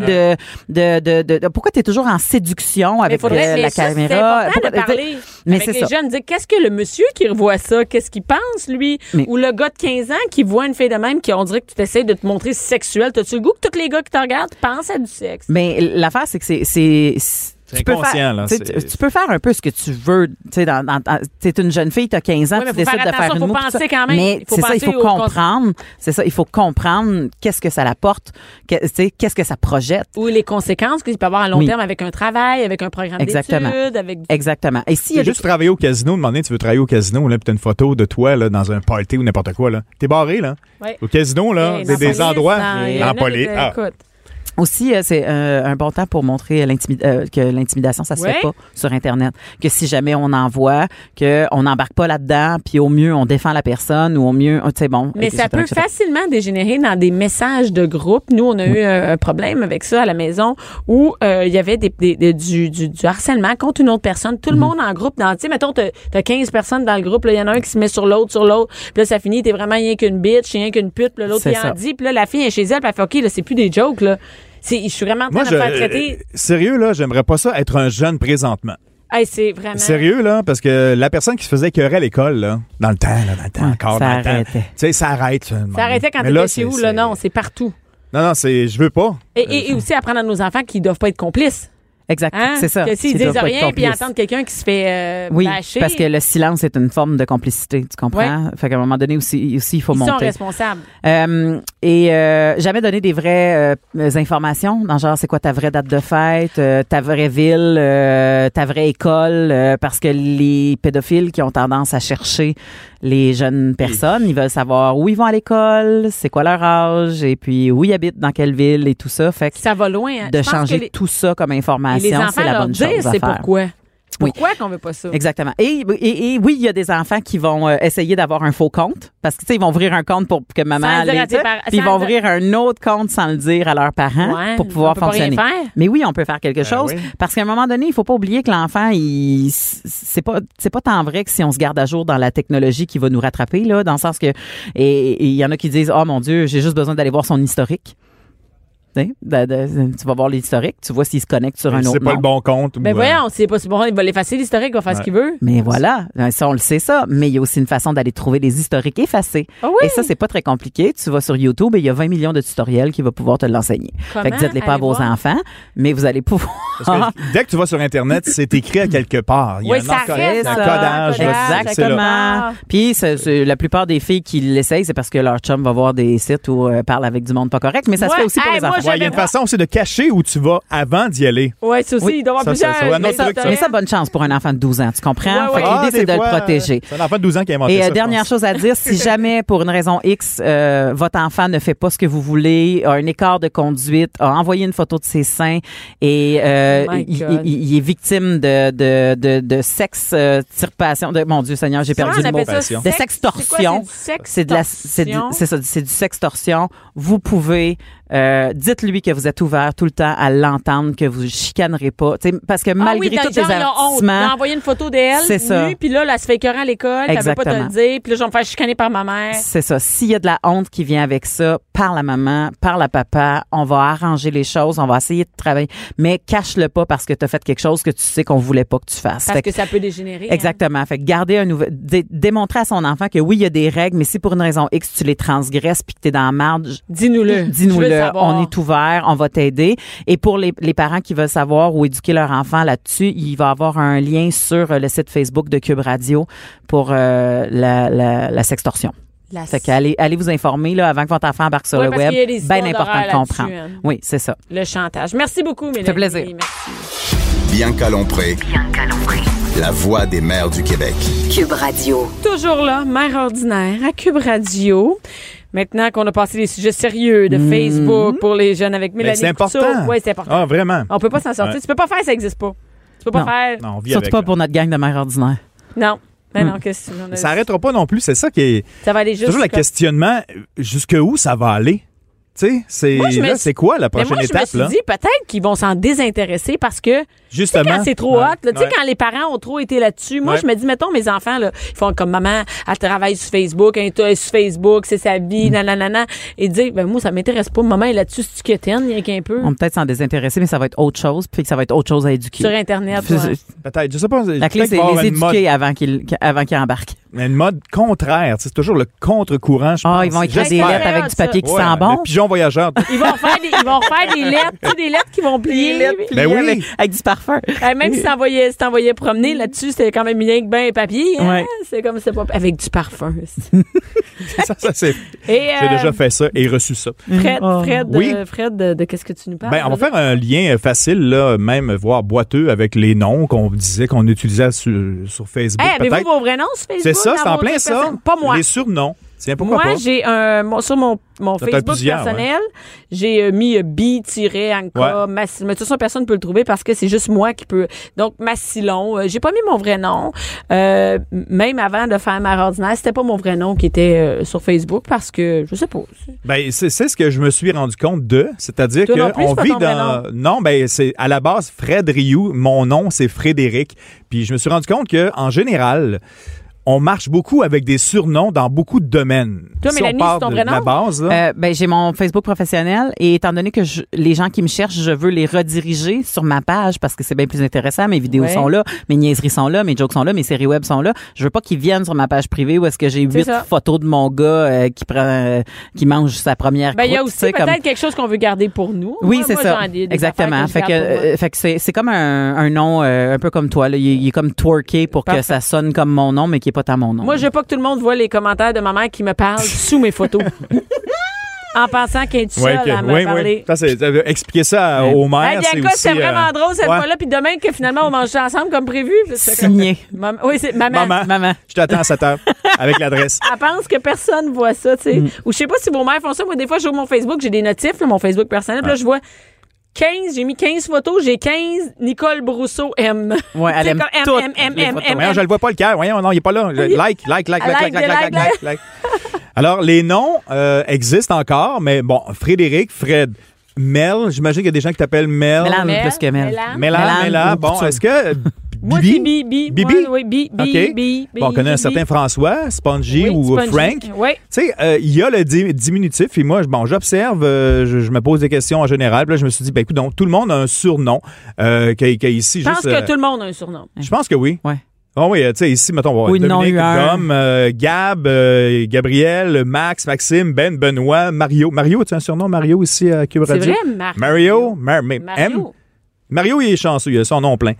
S3: c'est
S6: de, de, de, de, de- Pourquoi tu es toujours en séduction
S3: Mais
S6: avec
S3: faudrait
S6: euh,
S3: mais
S6: la
S3: ça,
S6: caméra?
S3: C'est
S6: Pourquoi-
S3: important de parler
S6: Mais
S3: avec
S6: c'est
S3: les
S6: ça.
S3: jeunes. Dire qu'est-ce que le monsieur qui revoit ça, qu'est-ce qu'il pense lui,
S6: Mais-
S3: ou le gars de 15 ans qui voit une fille de même, qui on dirait que tu t'essayes de te montrer sexuel. T'as-tu le goût que tous les gars qui te regardent pensent à du sexe
S6: Mais l'affaire, c'est que c'est. c'est- c'est-
S5: C'est
S6: tu peux,
S5: inconscient,
S6: faire,
S5: là,
S6: tu sais,
S5: c'est-
S6: tu peux faire un peu ce que tu veux. Tu sais, dans, dans, dans- t'es une jeune fille, t'as 15 ans,
S3: Ouais, mais
S6: tu
S3: faut faire
S6: décides de faire
S3: attention,
S6: une
S3: faut
S6: moue, tout
S3: penser
S6: ça.
S3: quand même,
S6: Mais
S3: il faut
S6: c'est ça, il
S3: penser
S6: faut
S3: au cons-
S6: comprendre. C'est ça, il faut comprendre qu'est-ce que ça l'apporte, que- tu sais, qu'est-ce que ça projette.
S3: Ou les conséquences qu'il peut avoir à long
S6: Oui.
S3: terme avec un travail, avec un programme
S6: Exactement.
S3: d'études, avec.
S6: Exactement. Et s'il y a
S5: T'as
S6: des-
S5: juste travaillé au casino, demander tu veux travailler au casino, là, puis t'as une photo de toi là, dans un party ou n'importe quoi. là. T'es barré, là.
S3: Ouais.
S5: Au casino, là,
S3: Eh,
S5: c'est
S3: dans
S5: des
S3: la
S5: endroits
S3: police, dans- il y en a
S5: en
S3: des-
S5: police. Ah.
S3: écoute.
S6: Aussi, euh, c'est euh, un bon temps pour montrer l'intimi- euh, que l'intimidation, ça se
S3: Ouais.
S6: fait pas sur Internet. Que si jamais on en voit, qu'on n'embarque pas là-dedans, puis au mieux, on défend la personne, ou au mieux, oh, tu sais, bon.
S3: Mais
S6: etc.,
S3: ça peut
S6: etc.
S3: facilement dégénérer dans des messages de groupe. Nous, on a eu un, un problème avec ça à la maison où euh, il y avait des, des- des- du, du, du harcèlement contre une autre personne. Tout le monde en groupe. dans- Tu sais, mettons, t'as t'as 15 personnes dans le groupe. là, Il y en a un qui se met sur l'autre, sur l'autre. Puis là, ça finit. T'es vraiment rien qu'une bitch, rien qu'une pute. Puis là, l'autre,
S6: C'est
S3: il en
S6: ça.
S3: dit. Puis là, la fille est chez elle. Puis elle fait, OK, là, c'est plus des jokes, là. C'est- Je suis vraiment en train
S5: Moi,
S3: de
S5: je,
S3: me faire traiter.
S5: euh, sérieux, là, j'aimerais pas ça être un jeune présentement.
S3: Hey, c'est vraiment.
S5: Sérieux, là, parce que la personne qui se faisait écœurer à l'école, là, dans le temps, là, dans le temps,
S6: Ouais,
S5: encore,
S6: ça
S5: dans le temps,
S6: arrêtait.
S5: tu sais, ça arrête. Ça
S3: Ça arrêtait quand
S5: Mais là,
S3: t'étais chez
S5: c'est-
S3: vous,
S5: c'est-
S3: là. Non, c'est partout.
S5: Non, non, c'est, je veux pas.
S3: Et, et- et aussi apprendre à nos enfants qu'ils doivent pas être complices.
S6: Exact.
S3: Hein?
S6: C'est ça.
S3: Que s'ils
S6: Tu dois
S3: disent
S6: pas être
S3: rien, puis ils
S6: complice.
S3: entendent quelqu'un qui se fait euh,
S6: Oui,
S3: bâcher.
S6: parce que le silence est une forme de complicité, tu comprends? Fait qu'à un moment donné aussi, aussi il faut
S3: Ils sont
S6: monter.
S3: responsables.
S6: Euh, et euh, jamais donner des vraies euh, informations, dans genre c'est quoi ta vraie date de fête, euh, ta vraie ville, euh, ta vraie école, euh, parce que les pédophiles qui ont tendance à chercher les jeunes personnes, ils veulent savoir où ils vont à l'école, c'est quoi leur âge, et puis où ils habitent, dans quelle ville, et tout ça. Fait que
S3: Ça va loin. hein.
S6: de
S3: Je pense
S6: changer
S3: que les,
S6: tout ça comme
S3: et les
S6: information,
S3: enfants
S6: c'est la
S3: leur
S6: bonne
S3: dire
S6: chose à
S3: c'est
S6: faire.
S3: pourquoi.
S6: Oui.
S3: Pourquoi qu'on veut pas ça?
S6: Exactement. Et, et, et oui, il y a des enfants qui vont euh, essayer d'avoir un faux compte parce que tu sais ils vont ouvrir un compte pour que
S3: Sans le
S6: maman
S3: dire à
S6: les
S3: tes
S6: dise,
S3: par-
S6: puis ils
S3: sans
S6: vont
S3: le-
S6: ouvrir un autre compte sans le dire à leurs parents
S3: Ouais,
S6: pour pouvoir
S3: on peut pas rien
S6: fonctionner.
S3: faire.
S6: Mais oui, on peut faire quelque chose
S5: Ben oui.
S6: parce qu'à un moment donné, il faut pas oublier que l'enfant il c'est pas c'est pas tant vrai que si on se garde à jour dans la technologie qui va nous rattraper là dans le sens que et- et il y en a qui disent "Oh mon dieu, j'ai juste besoin d'aller voir son historique." Tu sais, de- de- tu vas voir l'historique, tu vois s'il se connecte sur un autre
S5: C'est pas
S6: nom.
S5: le bon compte. ou,
S3: Ben
S5: euh,
S3: voyons, c'est pas si bon. Il va l'effacer l'historique, il va faire ce qu'il veut.
S6: Mais voilà, Euh, ça on le sait ça, mais il y a aussi une façon d'aller trouver les historiques effacés.
S3: Ah oui?
S6: Et ça c'est pas très compliqué, tu vas sur YouTube et il y a 20 millions de tutoriels qui vont pouvoir te l'enseigner.
S3: Comment
S6: Fait que dites-les pas à
S3: aller
S6: vos
S3: voir?
S6: enfants, mais vous allez pouvoir
S5: Parce que dès que tu vas sur Internet, c'est écrit à quelque part. Il y a
S3: Ah. Oui,
S5: un
S3: ça
S5: encodage,
S3: reste
S5: un
S3: dans
S5: codage.
S3: le
S5: là,
S3: codage,
S5: c'est là.
S6: Exactement.
S3: là.
S6: Puis c'est- c'est- la plupart des filles qui l'essayent, c'est parce que leur chum va voir des sites où euh, parle avec du monde pas correct, mais ça
S3: Moi,
S6: se fait aussi pour
S3: hey,
S6: les
S3: moi,
S6: enfants.
S5: Ouais, il y a une
S3: J'avais-
S5: façon aussi de cacher où tu vas avant d'y aller.
S3: Ouais, c'est aussi,
S6: Oui,
S3: il doit y avoir
S5: ça,
S3: plusieurs.
S5: ça, ça, ouais, un
S6: Mais
S5: autre
S6: ça,
S5: truc,
S6: mais ça, bonne chance pour un enfant de 12 ans, tu comprends?
S3: Ouais,
S6: Fait que
S3: ouais.
S5: Ah,
S6: l'idée, c'est de
S5: des fois,
S6: le protéger.
S5: C'est un enfant de 12 ans qui a
S3: Ah,
S5: inventé
S6: Et euh,
S5: ça. je
S6: dernière
S5: pense.
S6: chose à dire, si jamais pour une raison X, euh, votre enfant ne fait pas ce que vous voulez, a un écart de conduite, a envoyé une photo de ses seins et euh,
S3: Oh my
S6: il,
S3: God.
S6: il- il est victime de, de, de, de sexe, euh, tirpation. De, mon Dieu Seigneur, j'ai perdu
S3: Comment on
S6: le mot.
S3: appelle ça?
S5: passion.
S6: De
S3: Sexe-
S6: sextorsion.
S3: C'est quoi,
S6: C'est de la, c'est du,
S3: sextorsion?
S6: c'est ça, c'est du sextorsion. Vous pouvez Euh, dites-lui que vous êtes ouvert tout le temps à l'entendre, que vous chicanerez pas. Tu sais, parce que malgré
S3: ah oui,
S6: tous les
S3: J'ai
S6: avertissements,
S3: envoyé une photo d'elle,
S6: C'est ça.
S3: nue, puis là, elle se fait écœurer à l'école, elle veut pas te le
S6: Exactement.
S3: dire, puis là, je vais me faire chicaner par ma mère.
S6: c'est ça. S'il y a de la honte qui vient avec ça, par la maman, par la papa, on va arranger les choses, on va essayer de travailler, mais cache-le pas parce que tu as fait quelque chose que tu sais qu'on voulait pas que tu fasses.
S3: Parce
S6: Fait
S3: que
S6: que-
S3: ça peut
S6: Eh,
S3: dégénérer. hein.
S6: Exactement. Fait que garder un nouvel, dé- démontrer à son enfant que oui, il y a des règles, mais si pour une raison X tu les transgresses puis que t'es dans la marge,
S3: Dis-nous-le. Mm. Je veux
S6: Dis-nous-le.
S3: savoir.
S6: On est ouvert, on va t'aider. Et pour les, les parents qui veulent savoir ou éduquer leur enfant là-dessus, il va avoir un lien sur euh, le site Facebook de Cube Radio pour euh, la, la, la sextorsion.
S3: La-
S6: Fait que allez, allez vous informer là, avant que votre enfant embarque sur
S3: Ouais,
S6: le
S3: parce
S6: web.
S3: qu'il y a des histoires
S6: Bien important de
S3: d'horreur
S6: comprendre.
S3: là-dessus, hein.
S6: Oui, c'est ça.
S3: Le chantage. Merci beaucoup, Mélanie.
S6: fait plaisir.
S3: Merci.
S2: Bianca Lompré,
S1: Bianca Lompré.
S2: la voix des mères du Québec.
S1: Cube Radio.
S3: Toujours là, mère ordinaire à Cube Radio. Maintenant qu'on a passé les sujets sérieux
S6: Mhm.
S3: de Facebook pour les jeunes avec
S5: Mais
S3: Mélanie
S5: c'est important.
S3: Oui, c'est important.
S5: Ah, vraiment.
S3: On peut pas s'en sortir.
S5: Ouais.
S3: Tu peux pas faire, ça existe pas. Tu peux pas
S6: Non.
S3: faire.
S5: Non, on vit
S6: Surtout
S5: avec,
S6: pas
S5: là.
S6: pour notre gang de mères ordinaires.
S3: Non. Mais
S6: Hmm.
S3: non, qu'est-ce que tu- on a-
S5: Ça arrêtera pas non plus, c'est ça qui est.
S3: Ça va aller
S5: C'est
S3: juste.
S5: toujours le
S3: comme-
S5: questionnement euh, jusque où ça va aller. Tu sais, c'est
S3: Moi, je me
S5: là,
S3: suis-
S5: c'est quoi la
S3: Mais
S5: prochaine
S3: moi, je me
S5: étape
S3: suis
S5: là
S3: dit, peut-être qu'ils vont s'en désintéresser parce que Tu sais,
S5: Justement.
S3: quand c'est trop hot, là, tu sais,
S5: Ouais.
S3: quand les parents ont trop été là-dessus, moi,
S5: Ouais.
S3: je me dis, mettons, mes enfants, là, ils font comme maman, elle travaille sur Facebook, elle est sur Facebook, c'est sa
S5: Mm.
S3: vie, nanana, et dire, ben, moi, ça m'intéresse pas, maman est là-dessus, c'est quétaine, rien qu'un peu,
S6: On peut peut-être s'en désintéresser, mais ça va être autre chose, puis que ça va être autre chose à éduquer.
S3: sur Internet. ouais.
S5: Peut-être, je sais pas.
S6: La clé, c'est les éduquer avant qu'ils avant qu'ils embarquent.
S5: Une mode contraire. tu sais, C'est toujours le contre-courant, je
S6: Ah,
S5: pense.
S6: ils vont écrire des
S5: J'espère.
S6: lettres avec du papier qui
S5: Ouais,
S6: sent bon.
S5: Le pigeon voyageur.
S3: Ils vont faire des, ils vont faire des lettres, tu sais, des lettres qui vont plier.
S5: Ben oui.
S6: avec, avec du parfum.
S3: Euh, même si t'envoyais, si t'envoyais promener là-dessus, c'était quand même bien que ben et papier. hein.
S6: Ouais.
S3: C'est comme c'est pas avec du parfum.
S5: ça, ça, c'est-
S3: Et
S5: J'ai
S3: euh,
S5: déjà fait ça et reçu ça.
S3: Fred, Fred,
S5: Oui.
S3: euh, Fred, de, de qu'est-ce que tu nous parles
S5: Ben, on va
S3: là?
S5: faire un lien euh, facile, là, même voire boiteux, avec les noms qu'on disait qu'on utilisait sur, sur Facebook.
S3: Hey, Eh, avez-vous
S5: peut-être.
S3: vos vrais noms sur Facebook?
S5: c'est ça,
S3: dans
S5: c'est en
S3: vos
S5: plein
S3: trucs
S5: ça.
S3: personnels? Pas moi.
S5: Les surnoms. Tiens, pourquoi
S3: Moi,
S5: pas?
S3: j'ai un mon- sur mon, mon
S5: T'en as
S3: Facebook
S6: hein.
S5: plusieurs,
S3: personnel, j'ai euh, mis euh, bi-anka,
S5: Ouais.
S3: Massi- mais de toute façon, personne ne peut le trouver parce que c'est juste moi qui peux. Donc, Massilon, euh, j'ai pas mis mon vrai nom. Euh, m- même avant de faire ma ordinaire, c'était pas mon vrai nom qui était euh, sur Facebook parce que je sais pas.
S5: Ben, c'est c'est ce que je me suis rendu compte de. C'est-à-dire
S3: Toi non
S5: que
S3: plus, c'est
S5: on
S3: pas
S5: vit
S3: ton vrai
S5: dans. Non, ben, c'est à la base Fred Rioux. Mon nom, c'est Frédéric. Puis je me suis rendu compte que, en général, on marche beaucoup avec des surnoms dans beaucoup de domaines.
S3: Toi,
S5: si
S3: Mélanie,
S5: on part
S3: c'est ton
S5: de
S3: vrai
S5: la
S3: nom?
S5: base, là.
S6: Euh, ben, j'ai mon Facebook professionnel et étant donné que je- les gens qui me cherchent, je veux les rediriger sur ma page parce que c'est bien plus intéressant. Mes vidéos
S3: Ouais.
S6: sont là, mes niaiseries sont là, mes jokes sont là, mes séries web sont là. Je veux pas qu'ils viennent sur ma page privée où est-ce que j'ai
S3: C'est
S6: huit
S3: ça.
S6: photos de mon gars euh, qui prend, euh, qui mange sa première.
S3: Ben, il y a
S6: croûte, tu
S3: aussi
S6: sais,
S3: peut-être
S6: comme-
S3: quelque chose qu'on veut garder pour nous.
S6: Oui,
S3: Moi,
S6: c'est
S3: moi,
S6: ça.
S3: j'en ai des- des
S6: Exactement.
S3: affaires
S6: Fait
S3: que
S6: que,
S3: je garde pour moi.
S6: euh, fait que c'est c'est comme un, un nom euh, un peu comme toi. Là. Il, est- il est comme twerké pour
S3: Parfait.
S6: que ça sonne comme mon nom, mais qui est pas tant mon nom.
S3: Moi, je veux pas que tout le monde voit les commentaires de ma mère qui me parle sous mes photos. en pensant qu'elle est toute
S5: Ouais,
S3: seule
S5: que-
S3: à me
S5: ouais, ouais.
S3: parler.
S5: Ça, c'est- euh, expliquer ça à- au
S3: Hey,
S5: maire, c'est
S3: Bianca,
S5: aussi...
S3: c'était vraiment
S5: euh,
S3: drôle cette
S5: ouais.
S3: fois-là. Puis demain, que finalement, on mange ensemble comme prévu. C'est comme-
S6: signé.
S3: Maman- oui, c'est maman.
S5: Maman,
S6: Maman.
S5: je t'attends à 7 heures avec l'adresse.
S3: Elle pense que personne voit ça, tu
S5: Mm.
S3: sais. Ou je sais pas si vos mères font ça. Moi, des fois, j'ouvre mon Facebook, j'ai des notifs, là, mon Facebook personnel. Puis là, je vois 15, j'ai mis 15 photos, j'ai 15 Nicole Brousseau M.
S6: Ouais, elle
S3: C'est
S6: aime
S3: comme M,
S6: toutes
S3: M, M,
S6: les
S3: M,
S6: photos.
S3: M,
S5: Voyons, je le vois pas le cœur. Voyons, non, il est pas là. Je- Like, like, like, like, like, like, like, like, like, like. Alors, les noms euh, existent encore, mais bon, Frédéric, Fred, Mel, j'imagine qu'il y a des gens qui t'appellent Mel.
S6: Mélane.
S3: Mel,
S6: Plus que Mel.
S3: Mélane.
S5: Mélane,
S6: Mélane
S5: Mélane.
S6: ou
S5: Bon,
S6: Couture.
S5: est-ce que Bibi?
S3: Moi, c'est Bibi.
S5: Bibi?
S3: Moi, oui, Bibi,
S5: OK.
S3: Bibi,
S5: Bon, on connaît un
S3: Bibi.
S5: certain François, Spongy
S3: Oui,
S5: ou euh,
S3: Spongy.
S5: Frank.
S3: Oui.
S5: Tu sais, euh, il y a le di- diminutif, et moi, je- bon, j'observe, euh, je, je me pose des questions en général, puis là, je me suis dit, ben écoute, donc, tout le monde a un surnom euh, qu'il y a- qu'il y a ici.
S3: Je pense
S5: juste,
S3: que
S5: euh,
S3: tout le monde a un surnom.
S5: je pense que oui.
S6: Ouais.
S5: Ah oui, euh, tu sais, ici, mettons, on va
S6: Oui, non,
S5: Dominique,
S6: eu un.
S5: Dom, euh, Gab, euh, Gabriel, Max, Maxime, Ben, Benoît, Mario. Mario, tu as un surnom, Mario, ici à Cube
S3: C'est
S5: Radio?
S3: vrai, Mar-
S5: Mario, Mar- mais- M.
S3: Mario.
S5: Mario, il est chanceux, il a son nom plein.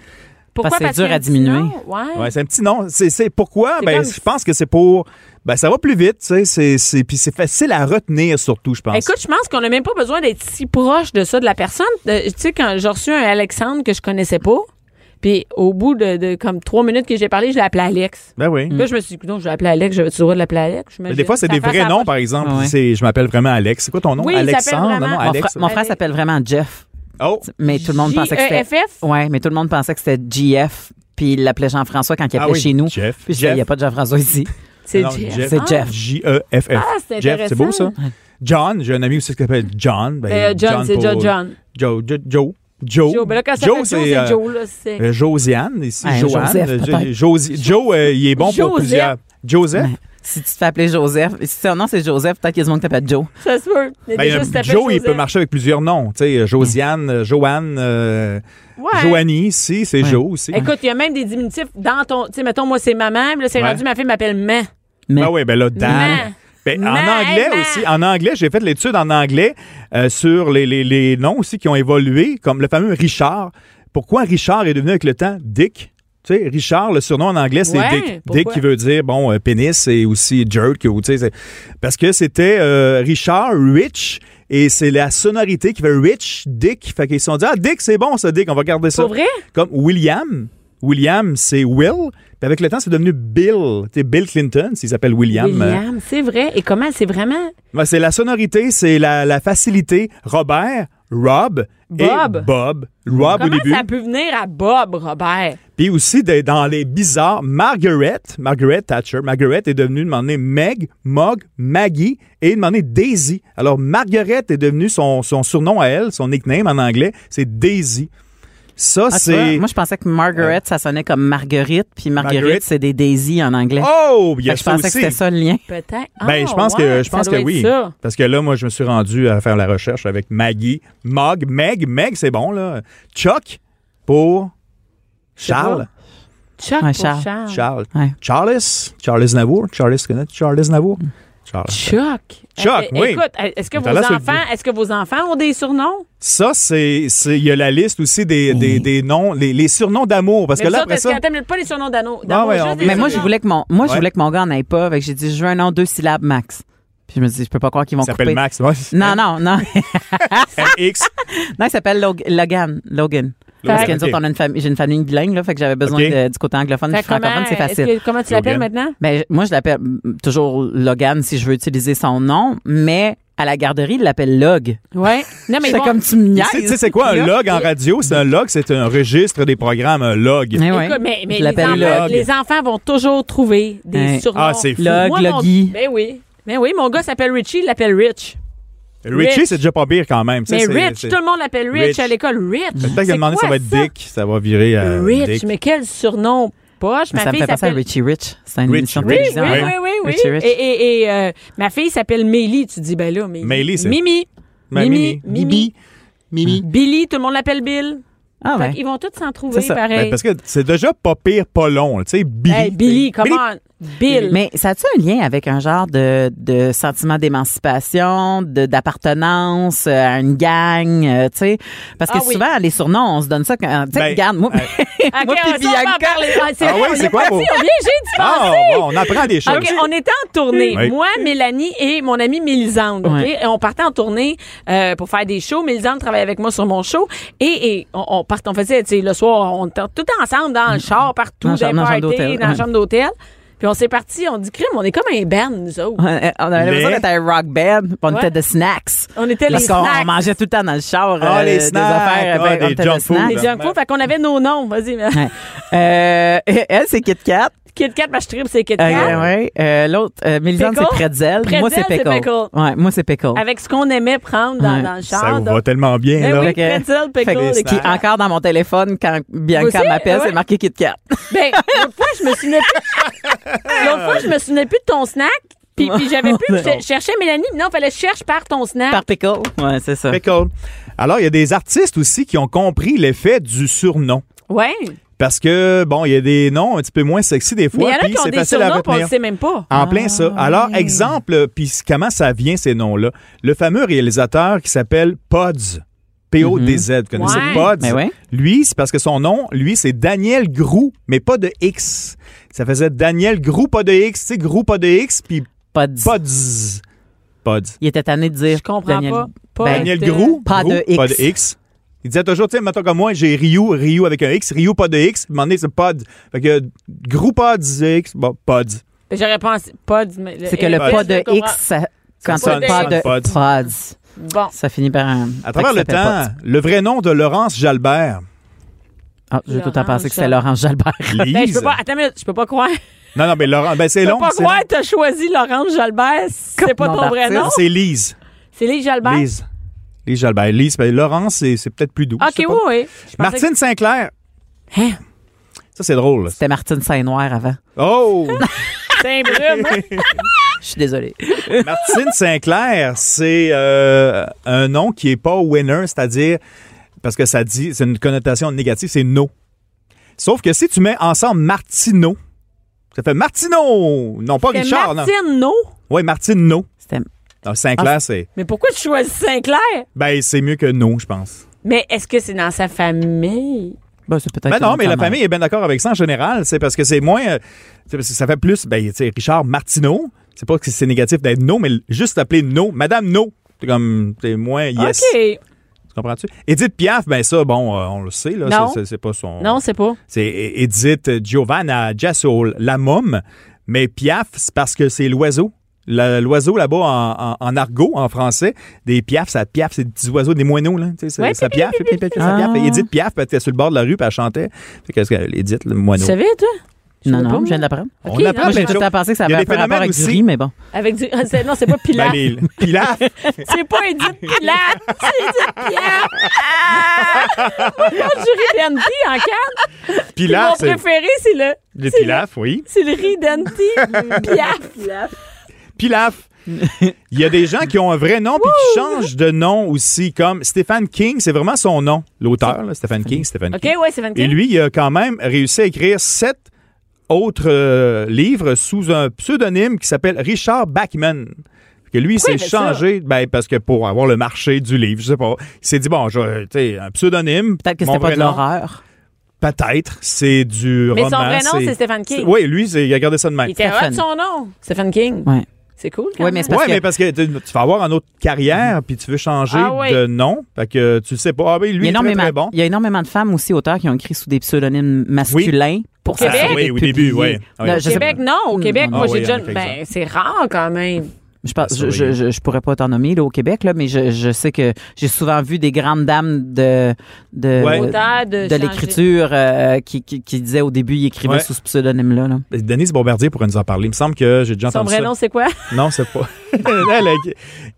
S3: Pourquoi
S6: Parce que c'est dur
S3: qu'il y a
S6: à
S3: un petit
S6: diminuer.
S3: nom? Ouais.
S5: Ouais, c'est un petit nom. C'est, c'est pourquoi?
S3: C'est
S5: Ben,
S3: comme-
S5: je pense que c'est pour. Ben, ça va plus vite, tu sais. C'est, c'est, puis c'est facile à retenir, surtout, je pense.
S3: Écoute, je pense qu'on n'a même pas besoin d'être si proche de ça de la personne. Euh, tu sais, quand j'ai reçu un Alexandre que je connaissais pas, puis au bout de, de comme trois minutes que j'ai parlé, je l'ai appelé Alex.
S5: ben oui.
S3: Là, je me suis dit, non, je l'ai appelé Alex, j'avais le droit de l'appeler Alex.
S5: Mais des fois, c'est des vrais noms, par exemple.
S6: Ah Mm. ouais.
S5: C'est, je m'appelle vraiment Alex. C'est quoi ton nom?
S3: Oui, il s'appelle
S5: Alexandre?
S3: vraiment-
S5: Non, non,
S3: Mon
S6: Mon
S5: Alex.
S6: frère- mon frère s'appelle vraiment Jeff.
S5: Oh,
S6: Mais tout le monde
S3: euh,
S6: pensait que c'était.
S3: F-F?
S6: Ouais, mais tout le monde pensait que c'était GF, puis il l'appelait Jean-François quand il
S5: Ah
S6: appelait
S5: oui,
S6: chez nous.
S5: Jeff,
S6: Puis je disais,
S5: Jeff.
S6: il n'y a pas de Jean-François ici.
S3: C'est
S5: non,
S3: Jeff.
S6: C'est
S3: Ah.
S6: Jeff.
S5: J-E-F-F.
S3: Ah, c'est
S5: E Jeff, c'est beau, ça?
S3: intéressant.
S5: John, j'ai un ami aussi qui s'appelle John. Ben,
S3: Euh, John, c'est
S5: pour-
S3: John, John.
S5: Joe, Jo- Joe. Joe.
S3: Joe, ben là, quand ça s'appelle Joe, c'est
S5: euh,
S3: Joe, là, c'est...
S5: euh, Josiane, ici,
S6: Ouais,
S5: Joanne.
S6: Joseph,
S5: Euh, Jo-
S6: peut-être.
S5: Josi- Joe, euh, il est bon
S3: Joseph.
S5: pour plusieurs. Joseph?
S6: Ouais. Si tu te fais appeler Joseph, si ton nom c'est Joseph, peut-être qu'il y a du monde qui t'appelle Joe.
S3: Ça se peut. Il y a
S5: Ben,
S3: des gens
S5: euh,
S3: qui s'appellent
S5: Joe, il peut
S3: Joseph.
S5: marcher avec plusieurs noms. Tu sais, euh, Josiane, euh, Joanne, euh,
S3: Ouais.
S5: Joanie, ici, c'est Joe aussi.
S3: Écoute, il y a même des diminutifs dans ton... Tu sais, mettons, moi, c'est maman. puis Là, c'est
S5: Ouais.
S3: rendu, ma fille m'appelle Ma.
S6: Mais
S5: Ah oui, ben là, Dan.
S3: Ma.
S5: Ben, en
S3: Ma-
S5: anglais
S3: Ma-
S5: aussi, en anglais, j'ai fait l'étude en anglais euh, sur les, les, les noms aussi qui ont évolué, comme le fameux Richard. Pourquoi Richard est devenu avec le temps Dick? Tu sais, Richard, le surnom en anglais, c'est
S3: Ouais,
S5: Dick. Dick
S3: pourquoi?
S5: qui veut dire, bon, euh, pénis et aussi jerk. Ou, tu sais, c'est- parce que c'était euh, Richard, Rich, et c'est la sonorité qui fait Rich, Dick. Fait qu'ils se sont dit, ah, Dick, c'est bon, ça, Dick, on va garder ça.
S3: Pour vrai?
S5: Comme William. William, c'est Will. Puis avec le temps, c'est devenu Bill. Tu sais, Bill Clinton, s'il s'appelle William. euh,
S3: William, c'est vrai. Et comment, c'est vraiment...
S5: ben, c'est la sonorité, c'est la, la facilité. Robert, Rob et
S3: Bob.
S5: Bob. Rob au
S3: Comment
S5: début.
S3: ça peut venir à Bob, Robert?
S5: Puis aussi des- dans les bizarres, Margaret, Margaret Thatcher. Margaret est devenue de donné Meg, Mog, Maggie et de donné Daisy. Alors Margaret est devenue son, son surnom à elle, son nickname en anglais, c'est Daisy. Ça,
S6: Ah, tu vois,
S5: c'est.
S6: Moi, je pensais que Margaret, ça sonnait comme Marguerite, puis Marguerite,
S5: Marguerite.
S6: c'est des Daisy en anglais.
S5: Oh, il y
S6: Fait
S5: a
S6: que je
S5: ça
S6: pensais que
S5: aussi.
S6: c'était ça le lien.
S3: Peut-être.
S5: Ben,
S3: Ah,
S5: je pense
S3: ouais,
S5: que je pense
S3: ça
S5: que
S3: doit
S5: oui.
S3: être ça.
S5: Parce que là, moi, je me suis rendu à faire la recherche avec Maggie, Mog, Meg, Meg, c'est bon là. Chuck pour Charles,
S3: Ah. Chuck
S6: Ouais,
S3: pour
S6: Charles.
S3: Charles.
S5: Charles,
S6: Ouais.
S5: Charles, Charles Navour, Charles connaît Charles Navour, Charles.
S3: Chuck.
S5: Chuck,
S3: Eh,
S5: Ah, oui.
S3: Écoute, est-ce que
S5: Mais
S3: vos
S5: t'as l'air sur le
S3: enfants, est-ce que vos enfants ont des surnoms?
S5: Ça, c'est, c'est- il y a la liste aussi des, des, des noms, les, les surnoms d'amour, parce que
S3: Mais
S5: là
S3: vous
S5: après
S3: autres,
S5: ça,
S3: est-ce que- attends, mais pas les surnoms d'anneaux.
S5: Ah ouais, on-
S6: Mais moi, je
S5: surnoms.
S6: voulais que mon, moi, je
S5: Ouais.
S6: voulais que mon gars n'aille pas. Fait que j'ai dit, je veux un nom deux syllabes max. Puis je me dis, je peux pas croire qu'ils vont
S5: il s'appelle
S6: couper.
S5: Max, hein? ouais.
S6: Non, non, non.
S5: X.
S6: non, il s'appelle Log- Logan. Logan. Parce que nous
S5: Ok.
S6: autres, on a une famille, j'ai une famille bilingue, là, fait que j'avais besoin
S5: Ok.
S6: de- du côté anglophone et francophone, c'est facile.
S3: comment tu l'appelles
S5: Logan.
S3: maintenant?
S6: Ben, moi, je l'appelle mm, toujours Logan si je veux utiliser son nom, mais à la garderie, il l'appelle Log.
S3: Ouais. Non, mais
S6: C'est
S3: bon,
S6: comme tu me
S5: Tu
S6: niaises.
S5: sais- tu sais, c'est quoi un log en radio? C'est un log, c'est un registre des programmes, un log.
S6: Eh ouais.
S3: écoute, mais, mais
S6: Je
S3: les,
S6: l'appelle
S3: enfants,
S5: Log.
S3: les enfants vont toujours trouver des
S6: Hein.
S3: surnoms.
S5: Ah, c'est fou.
S6: Log,
S3: Moi, mon-
S6: Loggy.
S3: Ben oui. Ben oui, mon gars s'appelle Richie, il l'appelle Rich.
S5: Richie,
S3: Rich.
S5: c'est déjà pas pire quand même. Tu sais,
S3: Mais
S5: c'est-
S3: Rich,
S5: c'est-
S3: tout le monde l'appelle Rich,
S5: Rich.
S3: à l'école. Rich.
S5: Peut-être qu'il a
S3: C'est
S5: demandé, ça
S3: quoi
S5: va être Dick, ça va virer à
S3: Rich,
S5: Dick.
S3: mais quel surnom poche. Ma
S6: ça
S3: fille
S6: me fait penser à
S3: s'appelle
S6: Richie Rich. C'est une
S5: Rich
S6: émission de
S5: Rich.
S3: Oui,
S6: télévision. hein.
S3: oui,
S5: Ouais.
S3: oui, oui, oui.
S6: Richie Rich.
S3: Et, et- et, euh, ma fille s'appelle Mélie. Tu dis, ben là, Mélie.
S5: Mélie, c'est-
S3: Mimi.
S5: Ma
S3: Mimi.
S5: Mimi. Ben,
S3: Mimi.
S5: Mimi.
S3: Billy, tout le monde l'appelle Bill.
S6: Ah
S3: Fait
S6: ouais.
S3: qu'ils vont tous s'en trouver,
S6: C'est ça.
S5: Ben,
S3: pareil.
S5: parce que c'est déjà pas pire, pas long. Tu sais, Billy.
S3: Hey, Billy, come on. Bill.
S6: Mais ça a-tu un lien avec un genre de, de sentiment d'émancipation, de- d'appartenance euh, à une gang, euh, tu sais? Parce que
S3: Ah oui.
S6: souvent, les surnoms, on se donne ça quand, tu sais,
S5: Ben,
S6: regarde, moi,
S3: Ok,
S6: moi
S3: on-
S6: puis
S3: ça, on va en
S6: Bianca.
S3: parler. Ah, c'est
S5: Ah
S3: vrai,
S5: oui,
S3: on
S5: c'est
S3: est
S5: quoi,
S3: parti,
S5: vous-
S3: on vient juste d'y
S5: Ah,
S3: penser.
S5: bon, on apprend des choses.
S3: OK, on était en tournée.
S5: Oui.
S3: Moi, Mélanie et mon amie Mélisande. OK?
S6: Ouais.
S3: Et on partait en tournée euh, pour faire des shows. Mélisande travaillait avec moi sur mon show. Et, et on, on, part, on faisait, tu sais, le soir, on était tout ensemble dans le char, partout,
S6: Mm. Dans
S3: dans,
S6: la chambre-
S3: les
S6: dans la chambre
S3: parties,
S6: d'hôtel,
S3: dans la
S6: ouais.
S3: chambre d'hôtel. Puis on s'est parti, on dit, crime, on est comme un band, nous autres.
S6: on avait l'impression
S5: Mais-
S6: qu'on était un rock band, puis on
S3: Ouais.
S6: était de snacks.
S3: On était
S6: Parce
S3: les
S6: qu'on
S3: snacks.
S6: mangeait tout le temps dans le char euh,
S5: Ah, les
S6: des
S5: snacks.
S6: affaires,
S5: Ah,
S6: ben, on
S5: des
S6: était
S5: junk
S6: snacks.
S3: Les
S5: food.
S3: junk food, fait qu'on avait nos noms. Vas-y, mais-
S6: Ouais. Euh, elle, c'est Kit Kat.
S3: Kit Kat, ma trip, c'est Kit
S6: Euh,
S3: Kat.
S6: ouais. Euh, L'autre, euh, Mélisande, c'est
S3: Pickle.
S6: Pretzel. Moi,
S3: Pretzel,
S6: c'est
S3: c'est
S6: Pickle.
S3: pickle.
S6: Ouais, moi, c'est Pickle.
S3: Avec ce qu'on aimait prendre dans,
S6: Ouais.
S3: dans le char.
S5: Oh. Ça vous va
S3: donc-
S5: tellement bien,
S3: Ben
S5: là.
S3: oui.
S6: Fait que-
S3: Pretzel, pickle,
S6: euh, fait que-
S5: des
S6: qui est
S5: snacks.
S6: encore dans mon téléphone quand Bianca
S3: Aussi, Ah
S6: m'appelle,
S3: ouais.
S6: c'est marqué Kit Kat.
S3: Ben, l'autre fois, je me souvenais plus. L'autre fois, je me souvenais plus de ton snack. Puis, puis j'avais plus. Je cherchais Mélanie. mais Non, il fallait que je cherche par ton snack.
S6: Par Pickle. Ouais, c'est ça.
S5: Pickle. Alors, il y a des artistes aussi qui ont compris l'effet du surnom.
S3: Ouais.
S5: Parce que, bon, il y a des noms un petit peu moins sexy des
S3: Mais il
S5: fois,
S3: y en a
S5: puis
S3: qui ont
S5: c'est
S3: des
S5: facile à
S3: surnoms, puis on
S5: retenir.
S3: le sait même pas.
S5: En plein ça. Alors, exemple, puis c- comment ça vient ces noms-là? Le fameux réalisateur qui s'appelle Pods. P-O-D-Z. Connaissez
S3: Ouais.
S5: Pods?
S6: Mhm. Mais ouais.
S5: Lui, c'est parce que son nom, lui, c'est Daniel Grou, mais pas de X. Ça faisait Daniel Grou, pas de X, tu sais, Grou, pas de X, puis
S6: Pas de...
S5: Pods. Pods.
S6: Il était tanné de dire.
S3: Je comprends
S6: Daniel-
S3: pas. Pas
S6: Ben,
S5: Daniel
S3: de-
S5: Grou,
S6: pas de
S5: Grou, pas
S6: X.
S5: de X. Il disait toujours, tu sais, mettons comme moi, j'ai Ryu, Ryu avec un X, Ryu, pas de X, puis à un moment donné, c'est Pods. Fait que Grou, Pods, X, bon, Pods.
S3: Ben, J'aurais pensé. Pas du-
S6: C'est que le
S5: Pods.
S6: pas de
S3: ben, je comprends.
S6: X, ça, quand
S5: Ça
S6: on parle de
S5: sonne comme
S6: pods,
S3: Bon.
S6: ça finit par un.
S5: À travers
S6: fait
S5: le
S6: que ça s'appelle
S5: temps, le vrai nom de Laurence Jalbert,
S6: Pods. Ah, j'ai tout le temps
S3: Laurent
S6: pensé que c'était
S3: Jalbert.
S6: Laurent Jalbert.
S5: Lise.
S3: Ben, je peux pas. Attends, mais je peux pas croire.
S5: Non, non, mais Laurent, ben, c'est
S3: Je peux
S5: long.
S3: pas
S5: c'est
S3: croire que t'as choisi Laurence Jalbert. C'est pas
S6: nom
S3: ton vrai
S6: d'artiste.
S3: nom.
S5: long. C'est Lise.
S3: C'est Lise Jalbert?
S5: Lise. Lise Jalbert. Lise, ben, Laurence, c'est c'est peut-être plus doux.
S3: OK,
S5: je sais
S3: oui,
S5: pas.
S3: oui. Je pensais
S5: Martine Sinclair.
S6: Hein?
S5: Ça, c'est drôle. là.
S6: C'était Martine Saint-Noir avant.
S5: Oh!
S3: que c'était un brume.
S6: Je suis désolée.
S5: Martine Sinclair, c'est euh, un nom qui est pas winner, c'est-à-dire parce que ça dit, c'est une connotation négative, c'est no. Sauf que si tu mets ensemble Martino, ça fait Martino, non pas
S3: C'était
S5: Richard. non.
S3: Martine, non.
S5: Oui, Martino.
S6: C'était
S5: Non, Sinclair, Ah,
S3: Ah,
S5: c'est
S3: Mais pourquoi tu choisis Sinclair?
S5: ben c'est mieux que no, je pense.
S3: Mais est-ce que c'est dans sa famille?
S6: Ben, c'est peut-être
S5: Ben non,
S6: une
S5: mais la
S6: femme.
S5: famille est bien d'accord avec ça en général. C'est parce que c'est moins. euh, c'est parce que ça fait plus. Ben, tu sais, Richard Martineau. C'est pas que c'est négatif d'être no, mais juste appeler no. Madame no. C'est comme. C'est moins yes.
S3: OK.
S5: Tu comprends-tu? Edith Piaf, ben ça, bon, euh, on le sait, là.
S3: Non.
S5: c'est- C'est, c'est pas son.
S3: Non, c'est pas.
S5: C'est Edith Giovanna Jassol, la môme. Mais Piaf, c'est parce que c'est l'oiseau. La- l'oiseau là-bas en, en- en argot, en français, des piafs, ça piaf, c'est des petits oiseaux, des moineaux, là. Tu sais, ça,
S3: Ouais,
S5: ça piaf, puis- puis- puis- puis- ça
S6: Ah.
S5: piaf. Et Edith Piaf, puis elle était sur le bord de la rue, puis elle chantait. Fait que, euh, Edith, le
S3: Tu
S5: moineau.
S3: savais, toi? Je
S6: Non,
S3: savais pas,
S6: non, je
S3: moi.
S6: viens de l'apprendre.
S5: On
S3: Ok, non,
S5: apprend
S6: Moi,
S5: plein
S6: j'ai
S5: de
S6: tout
S5: choses.
S6: à penser que ça
S5: Il y
S6: avait
S5: a
S6: un
S5: des
S6: peu rapport
S5: phénomènes
S6: avec du
S5: aussi.
S6: riz, mais bon.
S3: Avec du... c'est- Non, c'est pas
S5: Ben,
S3: Pilate.
S5: les- Pilaf,
S3: C'est pas Edith Pilate. C'est Edith Piaf. Ah! Voyons, du riz d'Anti en canne. Puis
S5: Pilaf,
S3: Mon
S5: Ah, c'est
S3: préféré, c'est le...
S5: le
S3: c'est le-
S5: Pilaf, oui.
S3: C'est le riz d'Anti Piaf.
S5: Pilaf. Il y a des gens qui ont un vrai nom puis qui changent de nom aussi, comme Stephen King, c'est vraiment son nom, l'auteur, là, Stephen King, Stephen
S3: OK,
S5: King.
S3: ouais, c'est 24.
S5: Et lui, il a quand même réussi à écrire sept autres euh, livres sous un pseudonyme qui s'appelle Richard Bachman. Que lui, il
S3: Pourquoi
S5: s'est
S3: il fait ça?
S5: changé, ben, parce que pour avoir le marché du livre, je sais pas, il s'est dit, bon, je, vais, tu sais, un pseudonyme.
S6: Peut-être que
S5: mon
S6: c'était pas
S5: vrai
S6: de
S5: nom.
S6: l'horreur.
S5: Peut-être, c'est du
S3: Mais son
S5: roman.
S3: vrai nom, c'est Stephen King.
S5: Oui, lui, c'est- il a gardé ça de même.
S3: Il était hot,
S6: Stephen.
S3: son nom. Stephen King.
S6: Ouais.
S3: C'est cool. quand
S6: Ouais,
S3: même.
S6: mais c'est
S5: Oui,
S6: parce
S5: mais
S6: que
S5: parce que tu tu vas avoir une autre carrière, puis tu veux changer
S3: Ah oui.
S5: de nom. Fait que tu le sais pas. Ah oui,
S6: il y,
S5: lui, il
S6: a
S5: est très,
S6: énormément,
S5: très bon.
S6: il y a énormément de femmes aussi auteurs qui ont écrit sous des pseudonymes masculins pour
S3: Québec?
S6: s'assurer
S5: Oui,
S6: d'être
S5: au début,
S6: publiés.
S5: oui. Ah oui.
S6: Non, je sais
S3: Québec,
S6: pas. Mm.
S3: non. Au Québec,
S6: non,
S3: moi,
S5: non,
S3: j'ai
S5: oui,
S3: déjà.
S5: Ah en effet,
S3: Ben, c'est rare quand même.
S6: Je, pense, je,
S5: oui.
S6: je, je- je pourrais pas t'en nommer là, au Québec, là, mais je, je sais que j'ai souvent vu des grandes dames de, de,
S5: Ouais.
S3: Auteur de
S6: de
S3: changer.
S6: l'écriture euh, qui, qui, qui disaient au début, ils écrivaient
S5: Ouais.
S6: sous ce pseudonyme-là. Là.
S5: Denise Bombardier pourrait nous en parler. Il me semble que j'ai déjà
S3: Son
S5: entendu
S3: vrai
S5: ça.
S3: nom, c'est quoi?
S5: Non, c'est pas. Elle, elle-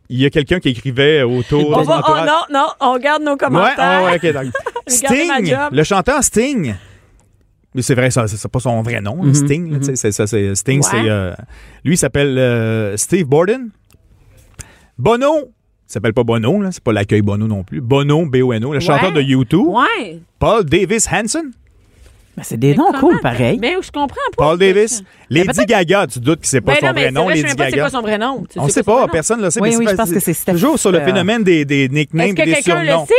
S5: il y a quelqu'un qui écrivait autour.
S3: On
S5: de son
S3: va, oh
S5: entourage.
S3: non, non, on garde nos
S5: Ouais,
S3: commentaires.
S5: ouais, ouais, ok, d'accord.
S3: Regardez ma
S5: Sting,
S3: job.
S5: le chanteur Sting. Mais c'est vrai, ça, c'est c'est pas son vrai nom, là, Sting. là, tu sais, c'est ça, c'est- Sting,
S3: Mhm, Ouais.
S5: c'est. euh, lui, il s'appelle euh, Steve Borden. Bono. Il s'appelle pas Bono, là, c'est pas l'accueil Bono non plus. Bono, B-O-N-O, le chanteur de YouTube.
S3: Ouais.
S5: Paul Davis Hanson.
S6: Ben, c'est des noms
S3: Comment?
S6: cool, pareil.
S3: Mais je comprends pas.
S5: Paul Davis. Lady
S6: peut-être-
S5: Gaga, tu doutes que c'est pas
S3: Ben
S5: son
S3: non, mais
S5: vrai
S3: c'est
S5: nom,
S3: vrai, je sais
S5: Lady
S3: même pas c'est quoi
S5: Gaga.
S3: son vrai nom. Tu sais
S5: On
S3: quoi
S5: sait
S3: son
S5: pas,
S3: vrai nom?
S5: personne ne le sait.
S6: Oui,
S5: mais
S6: oui,
S5: pas-
S6: je pense que c'est Steph-
S5: Toujours sur le
S6: euh,
S5: phénomène des, des nicknames
S3: Est-ce que
S5: et des
S3: quelqu'un le
S5: surnoms.
S3: sait?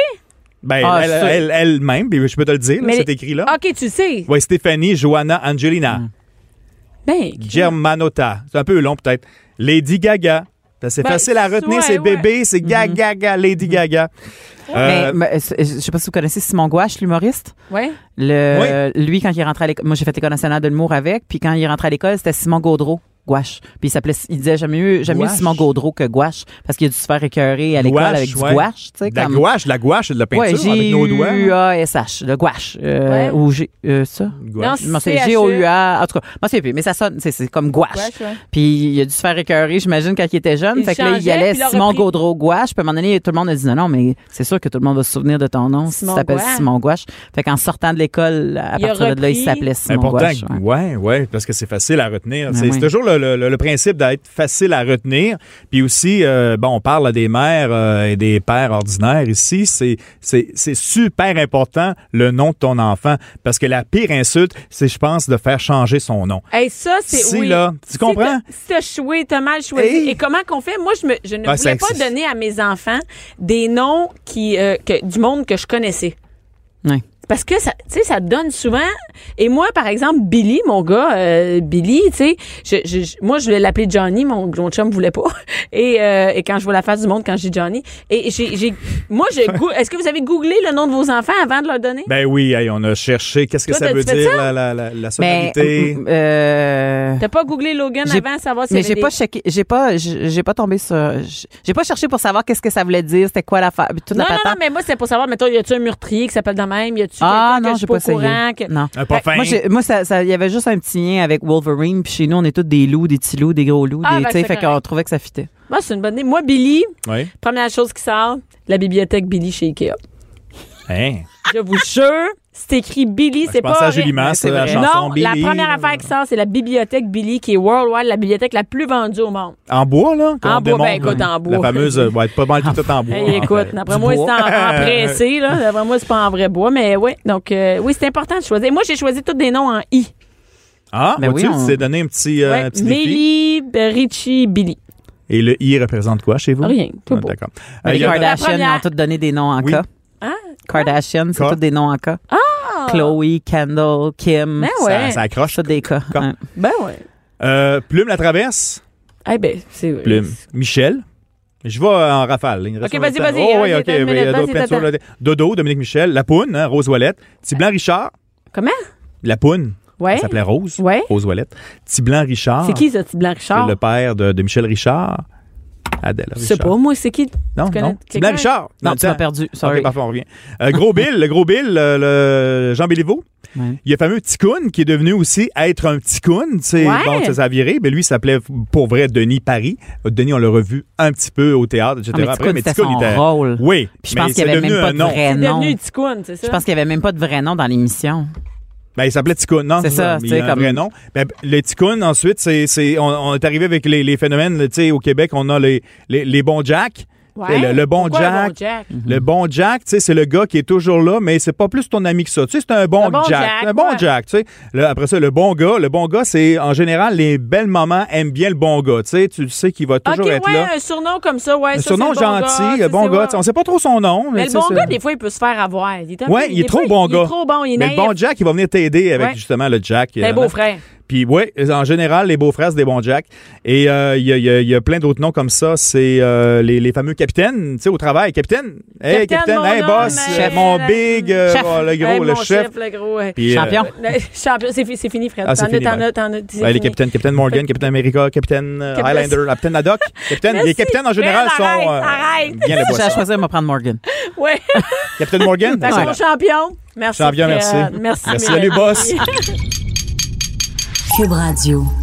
S5: Ben,
S6: Ah,
S5: elle-
S6: sûr.
S5: elle- elle-même, puis je peux te le dire, là,
S3: Mais- Ah.
S5: c'est écrit là.
S3: OK, tu sais.
S5: Oui, Stéphanie, Joanna, Angelina,
S3: Hmm. Ben,
S5: Germanota. C'est un peu long, peut-être. Lady Gaga. Ben, c'est
S3: Ben,
S5: facile à retenir,
S3: ouais,
S5: c'est
S3: ouais. Mhm.
S5: bébé, c'est Gaga, Gaga, Lady Gaga.
S6: Mais,
S5: Euh,
S6: mais, euh, je sais pas si vous connaissez Simon Gouache, l'humoriste.
S3: ouais.
S6: Le, Lui, quand il est rentré à l'école, moi j'ai fait l'école nationale de l'humour avec, puis quand il est rentré à l'école, c'était Simon Gaudreau. Gouache. Puis il s'appelait, il disait jamais mieux, jamais mieux
S5: Gouache.
S6: Simon Gaudreau que Gouache, parce qu'il a dû se faire écœurer à l'école
S5: gouache,
S6: avec du
S5: ouais.
S6: gouache, tu sais,
S5: De la
S6: comme-
S5: gouache, de la gouache et de la
S6: ouais,
S5: peinture avec nos doigts.
S6: G-U-A-S-H, le gouache. Euh,
S3: Ouais.
S6: Ou G, euh, ça?
S5: Gouache.
S3: Non,
S6: Je m'en sais,
S3: CHE.
S6: G-O-U-A, en tout cas, je m'en sais plus, mais ça sonne, c'est, c'est comme gouache.
S3: Gouache, ouais.
S6: Puis il a dû se faire écœurer, j'imagine, quand il était jeune.
S3: Il
S6: fait que là, il
S3: changeait,
S6: y allait
S3: puis il a
S6: Simon
S3: repris.
S6: Gaudreau gouache. Puis à un moment donné, tout le monde a dit non, non, mais c'est sûr que tout le monde va se souvenir de ton nom si
S3: Simon
S6: tu t'appelles
S3: Gouache.
S6: Simon Gouache. Fait qu'en sortant de l'école, à
S3: Il a
S6: partir de là, il
S3: repris.
S6: s'appelait Simon
S5: Important.
S6: Gouache.
S5: ouais.
S6: ouais.
S5: ouais, parce que c'est facile à retenir.
S6: Ben
S5: c'est
S6: oui.
S5: c'est toujours le, le- le principe d'être facile à retenir. Puis aussi, euh, bon, on parle à des mères euh, et des pères ordinaires ici. C'est c'est c'est super important le nom de ton enfant parce que la pire insulte, c'est je pense de faire changer son nom.
S3: Hey, ça, c'est.
S5: Si,
S3: oui.
S5: là, tu
S3: Si
S5: comprends?
S3: t'as- Si t'as choué, t'as mal choisi.
S5: Hey.
S3: Et comment qu'on fait? Moi, je, me, je ne
S5: Ben,
S3: voulais
S5: c'est-
S3: pas
S5: c'est-
S3: donner à mes enfants des noms qui, euh, que- du monde que je connaissais.
S6: Ouais.
S3: Parce que ça, tu sais, ça donne souvent. Et moi, par exemple, Billy, mon gars, euh, Billy, tu sais, je, je- je- moi, je voulais l'appeler Johnny, mon, mon chum voulait pas. Et, euh, et quand je vois la face du monde, quand je dis Johnny, et j'ai, j'ai- moi, j'ai, goo- est-ce que vous avez googlé le nom de vos enfants avant de leur donner?
S5: Ben oui, hey, on a cherché qu'est-ce que
S3: Toi,
S5: ça
S3: t'as-tu
S5: veut
S3: fait
S5: dire
S3: ça?
S5: la la la, la
S6: Mais,
S5: sonorité.
S6: euh,
S3: T'as pas googlé Logan
S6: J'ai-
S3: avant de savoir si
S6: Mais j'ai pas checké, j'ai pas, j'ai j'ai pas tombé sur, j'ai pas cherché pour savoir qu'est-ce que ça voulait dire, c'était quoi l'affaire, puis toute
S3: Non,
S6: la
S3: non,
S6: patente.
S3: non, mais moi, c'est pour savoir, mettons, y a-tu un meurtrier qui s'appelle de même? Y a-tu
S6: Ah
S3: quelqu'un
S6: non,
S3: que je
S6: j'ai
S3: suis
S6: pas
S3: pas au
S6: essayé.
S3: courant? que-
S6: Non.
S5: Un parfum.
S6: Moi, j'ai- moi, ça, ça- il y avait juste un petit lien avec Wolverine, puis chez nous, on est tous des loups, des petits loups, des gros loups,
S3: Ah,
S6: des,
S3: ben,
S6: tu sais,
S3: c'est
S6: fait
S3: correct.
S6: qu'on trouvait que ça fitait.
S3: Moi, c'est une bonne idée. Moi, Billy,
S5: Oui.
S3: première chose qui sort, la bibliothèque Billy chez Ikea.
S5: Hein?
S3: Je vous jure, c'est écrit Billy,
S5: Ben, Je
S3: c'est pas.
S5: pensais à
S3: vrai.
S5: Julie Masse,
S6: c'est
S5: la
S6: vrai.
S5: chanson
S3: non,
S5: Billy.
S3: la première affaire qui sort, c'est la bibliothèque Billy, qui est worldwide, la bibliothèque la plus vendue au monde.
S5: En bois, là? qu'on
S3: En bois, ben,
S5: démonte,
S3: écoute,
S5: là.
S3: en bois.
S5: La fameuse, euh, va être pas mal tout est en bois.
S3: Hey,
S5: en
S3: écoute,
S5: fait.
S3: d'après
S5: Du
S3: moi, c'est
S5: bois.
S3: en, en pressé, là. D'après moi, c'est pas en vrai bois, mais oui. Donc, euh, oui, c'est important de choisir. Moi, j'ai choisi tous des noms en I.
S5: Ah,
S6: Ben
S5: vois-tu,
S6: oui, on-
S5: tu t'es donné un petit, euh,
S3: Ouais.
S5: un petit défi.
S3: Millie, Richie, Billy.
S5: Et le I représente quoi chez vous?
S3: Rien, tout
S5: Ah,
S3: beau. Ben,
S5: D'accord.
S6: Mais
S5: Euh,
S6: les
S5: il y a-
S3: Kardashians.
S6: Kardashian
S3: première-
S6: ils ont toutes donné des noms en
S5: Oui.
S6: cas.
S3: Hein?
S6: Kardashian, c'est
S5: Quoi?
S6: tous des noms en cas.
S3: Ah!
S6: Chloé, Kendall, Kim.
S3: Ben
S6: ça-
S3: ouais.
S5: ça accroche.
S6: C'est tous des cas.
S5: Cas.
S6: Ouais.
S3: Ben ouais.
S5: Euh, Plume la traverse.
S3: Eh ben, c'est vrai.
S5: Plume. Michel. Je vais en rafale. il me reste
S3: Ok,
S5: un
S3: vas-y,
S5: temps.
S3: vas-y,
S5: Oh, oui,
S3: vas-y,
S5: ok.
S3: t'as une
S5: mais il y a
S3: minute,
S5: d'autres
S3: vas-y,
S5: peintures,
S3: t'attends.
S5: là. Dodo, Dominique Michel. La Poune, hein, Rose Ouellette. Petit Blanc Richard.
S3: Comment?
S5: La Poune.
S3: Ouais.
S5: Elle s'appelait Rose.
S3: Ouais.
S5: Rose Ouellette. Petit Blanc Richard.
S3: C'est qui, ce petit blanc
S5: Ah. C'est
S3: Richard?
S5: le père de, de Michel Richard. Adèle
S3: Je
S5: Richard.
S3: sais pas, moi, c'est qui?
S5: Non,
S3: connais
S5: non. Petit
S3: quelqu'un?
S5: Blanc Richard.
S6: Non,
S5: Dans
S6: tu
S5: le
S6: m'as
S5: temps.
S6: perdu. Sorry.
S5: OK, parfait, on revient. Euh, gros Bill, le gros Bill, euh, le Jean Béliveau.
S6: Ouais.
S5: Il y a le fameux Ticoun qui est devenu aussi être un Ticoun. tu sais,
S3: Ouais.
S5: Bon, ça s'est viré. Mais lui, il s'appelait pour vrai Denis Paris. Denis, on l'a revu un petit peu au théâtre, etc.
S6: Ah, mais Ticoun, c'était son rôle.
S5: Oui.
S6: Puis je pense
S5: mais
S6: qu'il
S5: c'est
S6: n'y avait
S5: devenu
S6: même pas
S5: un
S6: de
S5: nom.
S6: vrai
S3: C'est
S6: nom.
S3: devenu Ticoun, c'est ça?
S6: Je pense qu'il n'y avait même pas de vrai nom dans l'émission.
S5: Ben, il s'appelait Ticoun, non?
S6: C'est ça,
S5: mais
S6: tu sais,
S5: il a un
S6: comme-
S5: vrai nom. Ben, le Ticoun, ensuite, c'est, c'est- on, on est arrivé avec les, les phénomènes, tu sais, au Québec, on a les, les, les bons Jack.
S3: Ouais.
S5: Le, le bon
S3: Pourquoi
S5: Jack.
S3: Le bon Jack.
S5: Mm-hmm. Le bon Jack, tu sais, c'est le gars qui est toujours là, mais c'est pas plus ton ami que ça. Tu sais, c'est un bon,
S3: Un bon Jack,
S5: un bon
S3: ouais.
S5: Jack, tu sais. Là, après ça, le bon gars, le bon gars, c'est en général les belles mamans aiment bien le bon gars, tu sais. Tu sais qu'il va toujours
S3: OK,
S5: être
S3: ouais,
S5: là.
S3: un surnom comme ça, ouais.
S5: Un
S3: ça, c'est
S5: surnom
S3: le bon gars,
S5: gentil, le bon
S3: ça,
S5: gars,
S3: c'est-
S5: tu sais, on sait pas trop son nom.
S3: Mais
S5: tu
S3: le
S5: sais,
S3: bon
S5: c'est-
S3: gars, des fois, il peut se faire avoir. Il est, un
S5: Ouais,
S3: peu-
S5: il est
S3: des
S5: trop
S3: fois,
S5: bon
S3: il, Il
S5: gars.
S3: est trop bon, il est
S5: Mais le
S3: naïf.
S5: bon Jack, il va venir t'aider avec
S3: Ouais.
S5: justement le Jack.
S3: C'est un
S5: euh,
S3: beau frère.
S5: Puis oui, en général, les beaux-frères, c'est des bons Jack. Et euh, il y, a- il y a- il y a plein d'autres noms comme ça. C'est euh, les, les fameux capitaines, tu sais, au travail. Capitaine,
S3: Capitaine,
S5: hey, capitaine,
S3: mon
S5: hey,
S3: homme,
S5: boss,
S3: hey,
S5: mon
S3: la-
S5: big, euh,
S6: Chef.
S5: oh, le gros,
S3: Hey,
S5: le
S3: mon
S5: chef.
S3: le gros. ouais.
S5: Puis, euh,
S6: Champion.
S3: Le champion, c'est fi- c'est fini, Fred.
S5: Ah,
S3: t'en
S5: c'est
S3: as,
S5: fini,
S3: t'en
S5: ben.
S3: as, t'en as. c'est
S5: ben, les
S3: fini.
S5: capitaines, Capitaine Morgan, Capitaine America, Capitaine euh,
S3: Capitaine-
S5: Highlander, Capitaine Haddock. Capitaine, les
S3: Merci.
S5: capitaines en général
S3: Fred,
S5: sont
S3: arrête,
S5: euh,
S3: arrête.
S5: bien les
S6: Si j'ai à
S5: boissons.
S6: choisir, on va prendre Morgan.
S3: Ouais.
S5: Capitaine Morgan,
S3: Fait
S5: voilà.
S3: qu'on champion. Merci.
S5: Champion,
S3: Fred.
S5: merci.
S3: Merci.
S5: Merci,
S3: Mélanie.
S5: salut, boss.
S1: Cube Radio.